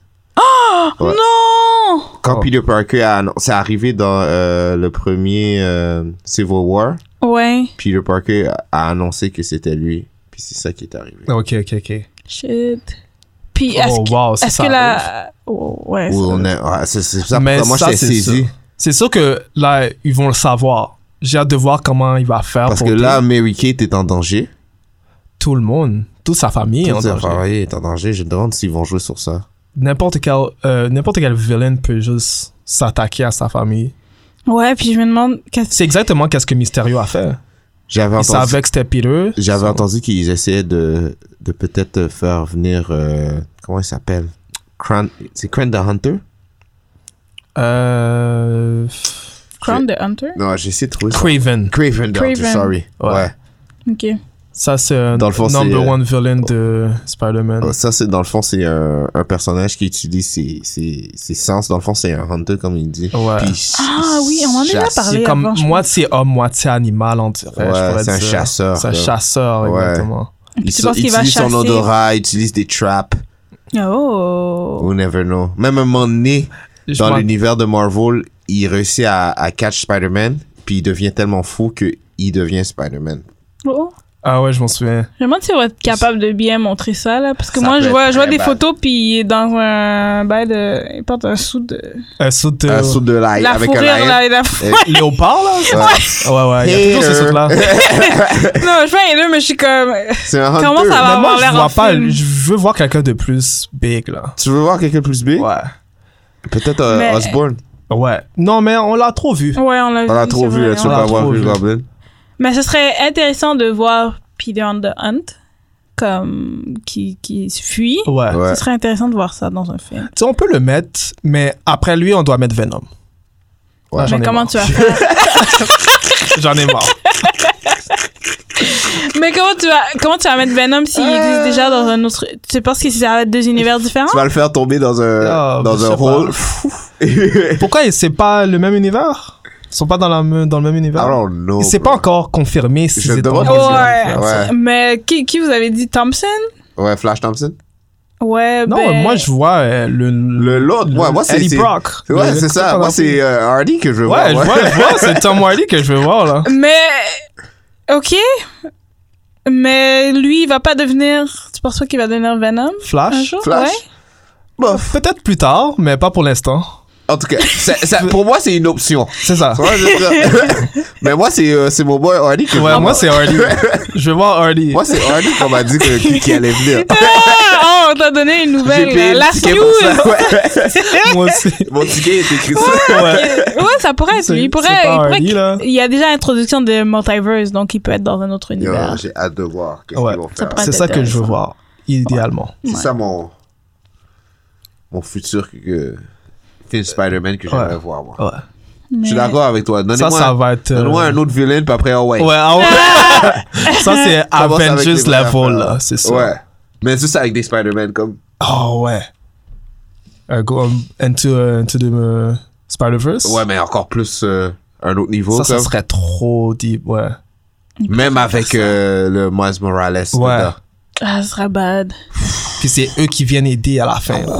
A: Ouais.
C: Non!
A: Quand
B: Oh.
A: Peter Parker a annon- c'est arrivé dans euh, le premier euh, Civil War,
C: Ouais.
A: Peter Parker a- a annoncé que c'était lui. Puis c'est ça qui est arrivé.
B: Ok, ok, ok.
C: Shit. Puis est-ce
B: Oh,
C: que,
B: wow, ça,
C: est-ce
B: ça
C: que
B: arrive.
C: la. Oh, ouais.
A: Où
C: ça-
A: on est- ouais, c'est c'est ça
B: Mais
A: pourquoi moi
B: ça,
A: j'étais
B: c'est
A: saisi.
B: C'est sûr que là, ils vont le savoir. J'ai hâte de voir comment il va faire
A: Parce
B: Ah, pour
A: que là, Mary Kate est en danger.
B: tout le monde, toute sa famille est en
A: Tout sa
B: danger.
A: famille est en danger. Je me demande s'ils vont jouer sur ça.
B: N'importe quel, euh, n'importe quel villain peut juste s'attaquer à sa famille.
C: Ouais, puis je me demande. qu'est-ce-
B: C'est exactement qu'est-ce que Mysterio a fait.
A: J'avais
B: Il
A: entendu,
B: savait que c'était Peter.
A: j'avais entendu qu'ils essayaient de, de peut-être faire venir. euh, comment il s'appelle Cran- C'est Cran the Hunter
B: Euh...
C: Crown the Hunter?
A: Non, j'ai essayé de trouver. ça.
B: Craven.
A: Craven the Hunter,
C: Craven.
A: sorry.
B: Ouais.
A: Ouais.
C: Ok.
B: Ça, c'est un
A: Dans le fond, c'est,
B: number
A: euh,
B: one villain de Spider-Man.
A: Ouais, Ah, Ça, c'est dans le fond, c'est un, un personnage qui utilise ses, ses, ses sens. Dans le fond, c'est un hunter, comme il dit.
B: Ouais.
A: Puis il
C: Ah oui, on en a
A: chasse.
C: parlé.
B: C'est comme
C: avant, je
B: moitié homme, moitié animal, on dirait.
A: Ouais,
B: je pourrais
A: c'est un
B: dire.
A: chasseur,
B: C'est un
A: là.
B: chasseur,
A: Ouais.
B: exactement.
A: Il,
C: Tu
A: sa-
C: penses qu'il va
A: utilise son
C: chasser?
A: odorat, il utilise des traps.
C: Oh.
A: We never know. Même à un moment donné,
B: Je
A: dans
B: m'en-
A: l'univers de Marvel, il réussit à, à catch Spider-Man, puis il devient tellement fou que il devient Spider-Man.
C: Oh.
B: Ah ouais, je m'en souviens.
C: Je me demande si on va être capable de bien montrer ça, là. Parce que
A: Ça
C: moi,
A: peut
C: je vois,
A: être
C: je vois
A: très
C: des
A: bad.
C: photos, puis il est dans un bail de. Il porte un sou de.
B: Un saut de...
A: Un Ah, saut de l'ail
C: La
A: avec un
C: fourrure,
A: lion.
C: là. et la-
B: euh, Léopard, là? c'est- Ouais, ouais, il y a toujours ces
A: Hater.
B: sautes-là.
C: non, je vais aller là, mais je suis comme.
A: C'est un hunter.
C: Comment ça va?
B: Mais moi,
C: avoir
B: je
C: l'air
B: vois
C: en
B: pas...
C: film.
B: Je veux voir quelqu'un de plus big, là.
A: Tu veux voir quelqu'un de plus big?
B: Ouais.
A: Peut-être euh,
C: Mais-
A: Osborn.
B: Ouais. Non, mais on l'a trop vu.
C: Ouais, on l'a vu.
A: On l'a trop
C: c'est
A: vu,
C: vrai,
A: là, tu
C: on
A: peux
B: l'a
C: l'a-
A: pas
B: trop
A: voir
B: vu.
A: Green Goblin.
C: Mais ce serait intéressant de voir Peter on the Hunt, comme. qui, qui fuit.
B: Ouais.
A: Ouais.
C: Ce serait intéressant de voir ça dans un film.
B: Tu sais, on peut le mettre, mais après lui, on doit mettre Venom.
A: Ouais.
B: Ah, J'en
C: mais
B: ai
C: comment
B: marre.
C: tu vas faire
B: J'en ai marre.
C: Mais comment tu vas, comment tu vas mettre Venom s'il
B: Euh.
C: existe déjà dans un autre. Tu penses que ça va être deux univers différents
A: Tu vas le faire tomber dans un,
B: Ah, je
A: dans
B: sais
A: un
B: pas.
A: rôle.
B: Pourquoi c'est pas le même univers Ils sont pas dans, la, me- dans le même univers
A: I don't know.
B: Et c'est pas
A: bro.
B: encore confirmé si
A: Je
B: c'est dans
A: demande-
B: le même
C: Ouais.
B: univers.
A: Ouais.
C: Mais qui, qui vous avez dit Thompson
A: Ouais, Flash Thompson.
C: Ouais,
B: Non,
C: ben-
B: moi je vois euh, le.
A: Le l'autre. Ouais, moi, c'est.
B: Eddie
A: c'est-
B: Brock.
A: Ouais,
B: Le-
A: c'est ça.
B: comment
A: Moi,
B: on
A: c'est
B: dit?
A: euh, Hardy que je veux
B: Ouais, je
A: voir.
B: vois, je vois, c'est Tom Hardy que je veux voir là.
C: Mais. Ok. Mais lui, il va pas devenir. Tu penses pas qu'il va devenir Venom un
B: Flash
C: jour
A: Flash.
C: Ouais.
A: Bof.
B: Peut-être plus tard, mais pas pour l'instant.
A: En tout cas, ça- ça- pour moi, c'est une option.
B: C'est ça.
A: Tu vois, je veux dire- Mais moi, c'est euh, c'est mon boy Hardy. que je
B: Ouais,
A: vois.
B: moi, c'est Hardy. Je vais voir Hardy.
A: Moi, c'est Hardy qu'on m'a dit que, qui, qui allait venir.
C: Ah, oh, on t'a donné une
A: J'ai
C: nouvelle.
A: payé
C: là.
A: le
C: La
A: ticket pour
C: Sioux.
A: ça. Ouais.
B: Moi aussi.
A: Mon ticket est écrit ça.
C: Ouais, ça pourrait être.
B: C'est-
C: lui. Il pourrait.
B: c'est pas
C: il, pourrait
B: Hardy, là.
C: il y a déjà l'introduction de Multiverse, donc il peut être dans un autre
A: Yo,
C: univers.
A: J'ai hâte de voir qu'est-ce
B: Ouais.
A: qu'ils vont
C: Ça
A: faire.
C: pourrait
B: C'est ça que je veux
C: intéressant.
B: voir, idéalement.
A: C'est ça mon, mon futur que, que- film Spider-Man que j'aimerais
B: Ouais.
A: voir, moi.
B: Ouais.
A: Je suis d'accord avec toi.
B: Ça,
A: Donnez-moi
B: ça va être. euh,
A: donnez-moi un autre vilain, puis après, oh ouais.
B: Ouais, ah ouais. ça, c'est
A: Commence avec les
B: Avengers
A: vrais
B: level,
A: affaires.
B: là. C'est ça.
A: Ouais. Mais juste avec des Spider-Man, comme.
B: Oh, ouais. Euh, go um, into, euh, into the euh, Spider-Verse.
A: Ouais, mais encore plus euh, un autre niveau.
B: Ça, ça
A: comme.
B: serait trop deep, ouais.
A: Même avec euh, le Miles Morales.
B: Ouais.
A: dedans.
C: Ah, ce sera bad.
B: Puis c'est eux qui viennent aider à la fin. là.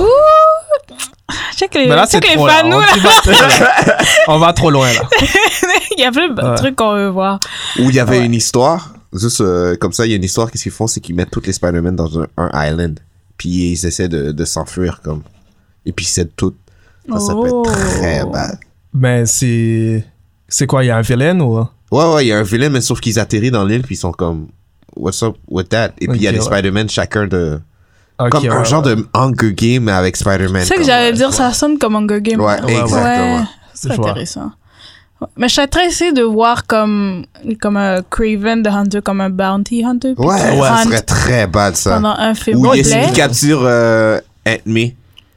C: Ah, Check les,
B: Mais là, c'est
C: check les
B: trop. là.
C: fans, nous,
B: On,
C: là.
B: dit, va trop loin. On va trop loin, là.
C: Il y a plein de
B: Ouais.
C: trucs qu'on veut voir.
A: Où il y avait une histoire. Juste euh, comme ça, il y a une histoire. Qu'est-ce qu'ils font C'est qu'ils mettent toutes les Spider-Man dans un, un island. Puis ils essaient de, de s'enfuir, comme. Et puis c'est tout. Ça, ça peut
C: Oh.
A: être très bad.
B: Mais c'est. C'est quoi, il y a un vilain ou.
A: Ouais, ouais, il y a un vilain, mais sauf qu'ils atterrissent dans l'île, puis ils sont comme. What's up with that? Et puis il y a
B: Ok,
A: des
B: ouais.
A: Spider-Man chacun de.
B: Ok, euh,
A: comme un
B: ouais,
A: genre
B: ouais.
A: de Hunger Game, mais avec Spider-Man.
C: C'est ça que
A: comme.
C: j'allais dire, ça sonne comme Hunger Games.
A: Ouais,
B: ouais.
A: exactement.
C: Ouais, c'est
B: Je vois.
C: intéressant. Ouais. Mais je serais très essayé de voir comme, comme un Craven the Hunter, comme un Bounty Hunter. puis
A: Ouais,
C: qu'il
A: ça
C: hunt
A: serait très bad ça.
C: Pendant un film
A: Ou il,
C: complet.
A: il capture euh, Ant-Me,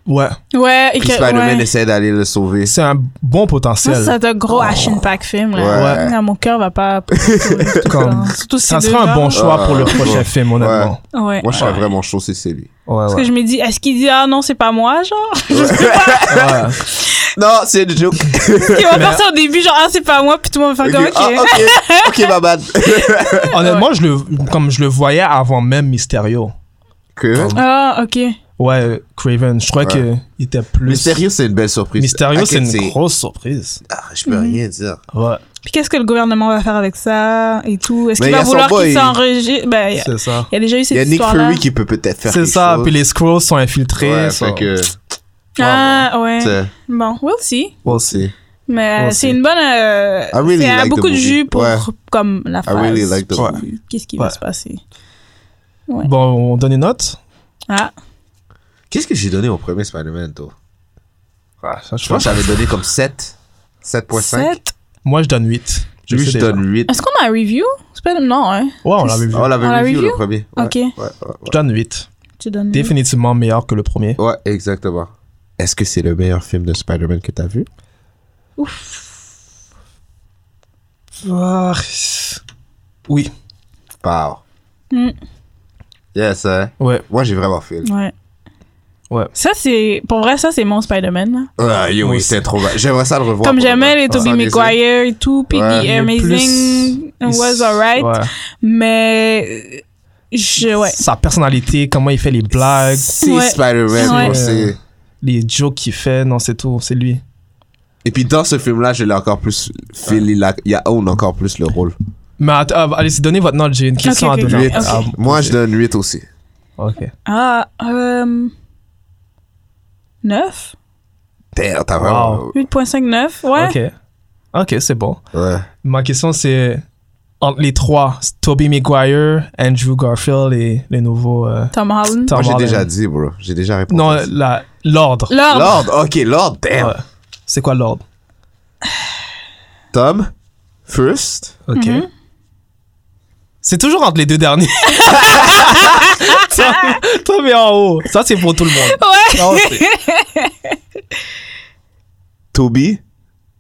B: Ouais.
C: Ouais, et
A: puis
C: que,
A: Spider-Man
C: ouais.
A: essaie d'aller le sauver.
B: C'est un bon potentiel.
C: Ça, c'est un gros action pack film. Là.
A: Ouais.
C: Non, mon cœur va pas. pour- pour- tout
B: Comme-
C: le temps. Surtout
B: ça
C: ces
B: serait un
C: deux-là.
B: bon choix pour le
A: Ouais.
B: prochain film, honnêtement.
C: Ouais.
A: Moi, je serais vraiment chaud si c'est lui.
B: Ouais,
C: Parce
B: ouais.
C: que je me dis, est-ce qu'il dit ah non, c'est pas moi, genre
B: Ouais.
A: Non, c'est une joke.
C: Il va faire ça au début, genre ah c'est pas moi, puis tout le monde va
A: Ok,
C: faire comme
A: ah,
C: ok.
A: ok, ok, ma bad.
B: Honnêtement, je le, comme je le voyais avant même Mysterio. Oh,
A: que...
C: Ah, ok.
B: Ouais, euh, Craven. Je crois
A: Ouais.
B: que il était plus.
A: Mysterio, c'est une belle surprise.
B: Mysterio,
A: Hackett,
B: c'est une grosse surprise.
A: Ah, je peux
C: Mhm.
A: rien dire.
B: Ouais,
C: Puis qu'est-ce que le gouvernement va faire avec ça et tout Est-ce
A: Mais il y
C: qu'il va
A: a son
C: vouloir
A: boy.
C: qu'il s'enregistre Ben, il y a-
B: c'est ça.
C: il y a déjà
A: Il
C: eu
A: y a
C: cette
A: Nick
C: histoire-là.
A: Fury qui peut peut-être faire
B: C'est
A: quelque
B: ça,
A: chose.
B: puis les oh. Skrulls sont infiltrés.
A: Ouais,
B: sont-
A: fait que...
C: Ah, ouais.
A: t'sais,
C: Bon, we'll see.
A: We'll see.
C: Mais euh,
B: We'll
C: c'est
B: see.
C: une bonne. Euh,
A: I really
C: c'est- elle a
A: like the
C: beaucoup de
A: movie.
C: jus pour
A: Ouais.
C: comme la
A: I
C: phase.
A: really like the
B: Ouais.
A: movie.
C: Qu'est-ce qui
B: Ouais.
C: va se passer Ouais.
B: Bon, on donne une note
C: Ah,
A: Qu'est-ce que j'ai donné au premier Spider-Man, toi?
B: je
A: Je pense que j'avais donné comme 7. 7.5.
C: 7.
B: Moi, je donne 8.
A: Lui, je donne 8.
C: Est-ce qu'on a un review C'est pas... Non, hein.
B: Ouais, on l'avait vu.
A: On l'avait
C: Ah, On l'a
A: review le
C: review?
A: premier. Ouais,
C: Ok.
A: ouais, ouais, ouais.
B: Je donne 8.
C: Tu donnes. le-
B: Définitivement meilleur que le premier.
A: Ouais, exactement. Est-ce que c'est le meilleur film de Spider-Man que t'as vu?
B: Ah, Oui,
A: Wow.
C: Mm.
A: Bah, Yes, hein?
B: ouais.
A: Moi, j'ai vraiment fait.
C: Ouais.
B: Ouais.
C: Ça, c'est. Pour vrai, ça, c'est mon Spider-Man. là.
A: Ah, yo,
B: Oui.
A: c'était trop mal. J'aimerais ça le revoir.
C: Comme
A: pour
C: j'aimais
A: le-
C: les Tobey
A: sans désolé.
C: Maguire et tout, puis
A: Ouais.
C: The
B: Il est
C: Amazing
B: plus-
C: was alright.
B: Ouais.
C: Mais. euh, Je, ouais.
B: Sa personnalité, comment il fait les blagues,
A: C'est
C: Ouais.
A: Spider-Man.
C: Ouais.
A: moi, c'est-
B: les jokes qu'il fait, non, c'est tout, c'est lui.
A: Et puis, dans ce film-là, je l'ai encore plus. Phil, il a, il a own encore plus le rôle.
B: Mais att- ah, allez, c'est donné votre note, j'ai une question
C: ok,
B: à
C: ok,
B: donner.
A: ok.
B: Ah,
A: Moi, je donne 8 aussi.
B: Ok.
C: Ah, euh. 9
A: Damn, t'as vraiment.
C: 8.59, ouais.
B: Ok. Ok, c'est bon.
A: Ouais.
B: Ma question, c'est entre les trois, Toby Maguire, Andrew Garfield et les nouveaux. euh,
C: Tom Holland.
B: Tom
A: Moi, j'ai
B: Holland.
A: déjà dit, bro. J'ai déjà répondu.
B: Non, la- l'ordre.
C: L'ordre.
A: Lord, ok, Lord, damn.
B: Ouais. C'est quoi l'ordre
A: Tom, first.
B: Ok. C'est toujours entre les deux derniers. Tom, Tom est en haut. Ça, c'est pour tout le monde.
C: Ouais.
B: Ça, on sait.
A: Toby,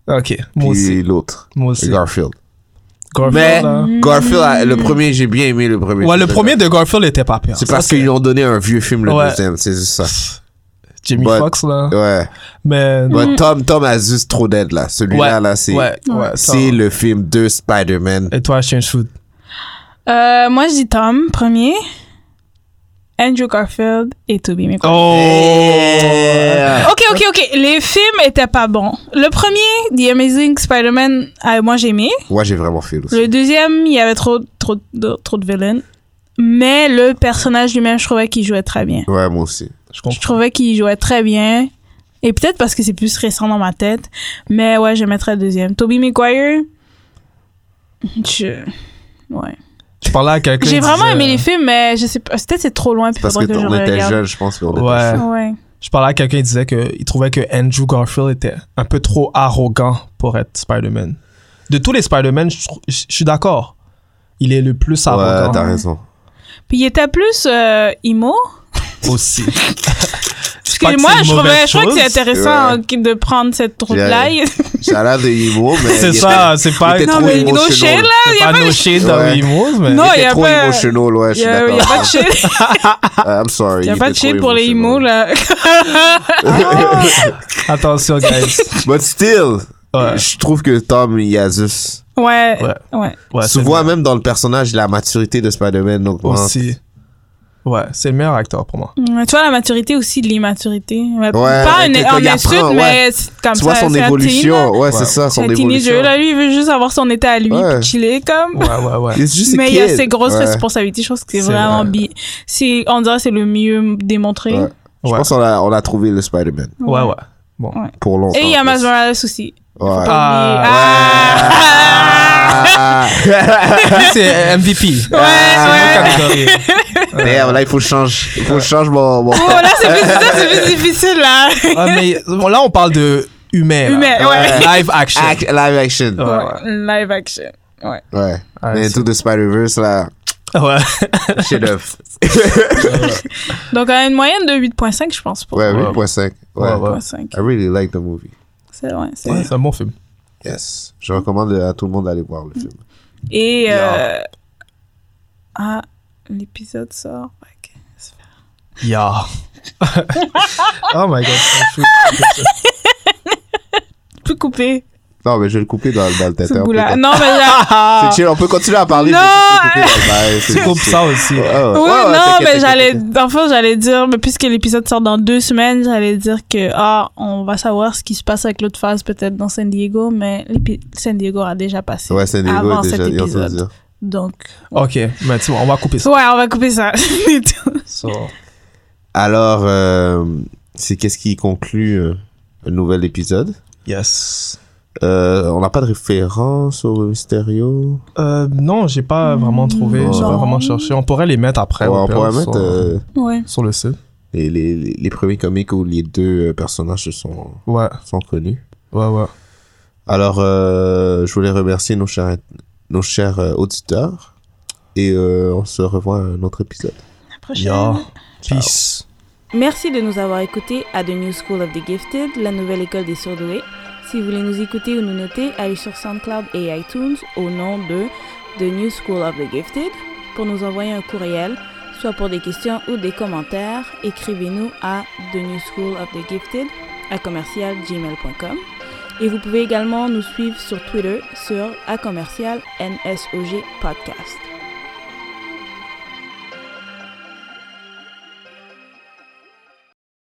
B: Ok, moi aussi.
A: puis l'autre.
B: Moi aussi.
A: Garfield. Mais
B: Garfield. là.
C: Hmm.
A: Garfield, ah, le premier, j'ai bien aimé le premier.
B: Ouais,
A: film
B: le
A: de
B: premier
A: Garfield.
B: de Garfield était pas pire.
A: C'est
B: Ça,
A: parce qu'ils ont donné un vieux film, le
B: Ouais. Hmm.
A: deuxième. C'est juste ça.
B: Jimmy
A: But-
B: Fox, là.
A: Ouais.
B: Mais.
A: Ouais,
C: Hmm.
A: Tom, Tom a juste trop d'aide, là. Celui-là,
B: Ouais,
A: là, c'est.
B: ouais, ouais,
A: c'est
B: ça.
A: le film de Spider-Man.
B: Et toi, Shane Shoot.
C: Euh, moi, je dis Tom, premier. Andrew Garfield et Tobey Maguire.
A: Oh! Yeah.
C: Ok, ok, ok. Les films étaient pas bons. Le premier, The Amazing Spider-Man, ah, moi j'ai aimé.
A: Ouais, j'ai vraiment fait aussi.
C: Le deuxième, il y avait trop, trop, de- trop de villains. Mais le personnage lui-même, je trouvais qu'il jouait très bien.
A: Ouais, moi aussi.
B: Je
C: Je
B: comprends.
C: trouvais qu'il jouait très bien. Et peut-être parce que c'est plus récent dans ma tête. Mais ouais, je mettrais deuxième. Toby Maguire. Je. Ouais.
B: Je parlais à quelqu'un.
C: J'ai
B: il
C: vraiment
B: disait- euh,
C: aimé les films, mais je sais pas. Peut-être c'est trop loin. Puis
A: Parce que
C: faudrait que, je
A: on était
C: regarde.
A: jeunes, je pense qu'on était
B: Ouais.
A: jeunes.
C: Ouais.
B: Je parlais à quelqu'un qui disait qu'il trouvait que Andrew Garfield était un peu trop arrogant pour être Spider-Man. De tous les Spider-Man, je, trou- je- je suis d'accord. Il est le plus
A: Ouais,
B: arrogant
A: t'as raison.
C: Puis il était plus euh, emo.
B: aussi.
C: Parce
B: pas
C: que
B: que
C: moi,
B: c'est une
C: je trouvais,
B: mauvaise
C: je trouvais que c'est
B: chose.
C: intéressant hein, que- de prendre cette route-là.
A: J'ai- Ça a l'air de Imo, mais.
B: C'est
A: il
B: ça,
A: était-
B: c'est pas.
A: il était
C: Non,
A: trop
C: mais
A: émotionnel.
C: no shade, là.
B: c'est
C: Il y a
B: pas
C: pas
B: nos
C: de-
B: shade dans
A: Ouais.
B: Emos, mais.
C: Non,
A: Il
C: il y
A: était
C: a
A: trop
C: pas-
A: émotionnel, ouais, je
C: Il
A: suis
C: y a, il y a
A: d'accord.
C: pas de shit.
A: Ah, I'm sorry.
C: Il y a
A: il
C: pas de
A: était trop
C: shit pour les imos,
A: émotionnel.
C: là.
B: Attention, guys.
A: But still,
B: Ouais.
A: je trouve que Tom, il y a juste.
C: Ouais,
B: Ouais.
C: ouais.
B: Ouais, c'est
A: tu vois même dans le personnage la maturité de Spider-Man
B: le meilleur
A: augmente.
B: aussi. Ouais, c'est le meilleur acteur pour moi.
C: Mm, Tu vois, la maturité aussi, de l'immaturité. Mais
A: Ouais,
C: pas
A: avec
C: une,
A: le temps,
C: en
A: il
C: insulte,
A: apprend,
C: mais c'est comme
A: Tu
C: ça.
A: vois son
C: c'est un teen,
A: évolution.
C: là.
A: Ouais, c'est ça,
C: C'est
A: son
C: un
A: évolution.
C: teenager, là. Lui, il veut juste avoir son état à lui,
A: Ouais.
C: puis chiller, comme.
B: Ouais, ouais, ouais.
A: It's just a
C: Mais il y a
A: kid.
C: ces grosses
A: Ouais.
C: responsabilités, je pense que c'est
B: C'est
C: vraiment
B: vrai.
C: bien. C'est, on dirait, que c'est le mieux démontré.
A: Ouais. Je
B: Ouais.
A: pense qu'on a, on a trouvé le Spider-Man
B: Ouais, ouais. Bon.
C: Ouais.
A: pour longtemps.
C: Et il y a
A: en plus.
C: Miles Morales aussi.
A: Ouais.
C: Ah,
A: Ah,
B: Lui, c'est MVP. Ouais, ouais.
A: Damn, euh, là, il faut que je change. Il faut que je change mon. mon-
C: Oh, là, c'est plus, ça, c'est plus difficile, là.
B: Ah, mais bon, là, on parle de humain. là. Euh,
C: Humain, ouais.
B: Live action.
A: Ac- live action.
B: Ouais, ouais.
C: Live action. Ouais.
A: Ouais.
B: Ah,
A: Mais
B: c'est-
A: tout de Spider-Verse, là,
B: Ouais.
A: chef d'œuvre.
C: Donc, on a une moyenne de 8.5, je pense, pour
A: Ouais,
B: Ouais.
A: 8.5. Ouais. Ah
B: Ouais, ouais.
C: 8.5.
A: I really like the movie.
C: C'est vrai, c'est
B: Ouais, C'est un bon film.
A: Yes. Je recommande à tout le monde d'aller voir le film.
C: Et euh, ah, l'épisode sort. Ok.
B: Yeah. oh my god. c'est un chou.
C: Je peux couper
A: Non, mais je vais le couper dans, dans le tête. hein,
C: ce
A: un peu
C: bout-là.
A: comme-
C: Non, mais
A: C'est
C: j'a-
A: chill, on peut continuer à parler.
C: Non.
A: mais je vais couper dans le-
B: Tu
A: c'est-
B: coupes
A: c'est-
B: ça aussi.
A: Ouais, ouais.
C: Oui,
A: Ouais, ouais,
C: non,
A: t'inquiète,
C: mais
A: t'inquiète,
C: j'allais,
A: t'inquiète.
C: enfin, j'allais dire, mais puisque l'épisode sort dans deux semaines, j'allais dire que, ah, on va savoir ce qui se passe avec l'autre phase peut-être dans San Diego, mais l'épi- San Diego a déjà passé.
A: Ouais, c'est un égo
C: avant
A: déjà. hein.
C: cet
A: ils ont tout
C: épisode.
A: dit.
C: Donc,
B: Ok, mais tu vois, on va couper ça.
C: ouais, on va couper ça. C'est tout.
B: So,
A: Alors, euh, c'est qu'est-ce qui conclut euh, un nouvel épisode
B: yes.
A: Euh, On n'a pas de référence au Mysterio
B: Euh, non, j'ai
C: Hmm.
B: pas vraiment trouvé. J'ai pas
A: Non.
B: vraiment cherché. On pourrait les mettre après.
A: Ouais,
B: au
A: On
B: pire,
A: pourrait
B: sur,
A: mettre euh,
C: ouais.
B: sur le site.
A: les, les, les- les premiers comics où les deux euh, personnages se sont,
B: Ouais,
A: sont connus.
B: ouais, ouais.
A: Alors, euh, je voulais remercier nos chers, nos chers euh, auditeurs. Et euh, on se revoit à un autre épisode.
C: La prochaine.
B: Yeah. Peace.
D: Merci de nous avoir écoutés à The New School of the Gifted, la nouvelle école des surdoués. Si vous voulez nous écouter ou nous noter, allez sur SoundCloud et iTunes au nom de The New School of the Gifted pour nous envoyer un courriel, soit pour des questions ou des commentaires. Écrivez-nous à The New School of the Gifted à commercialgmail.com. Et vous pouvez également nous suivre sur Twitter sur à commercial NSOG Podcast.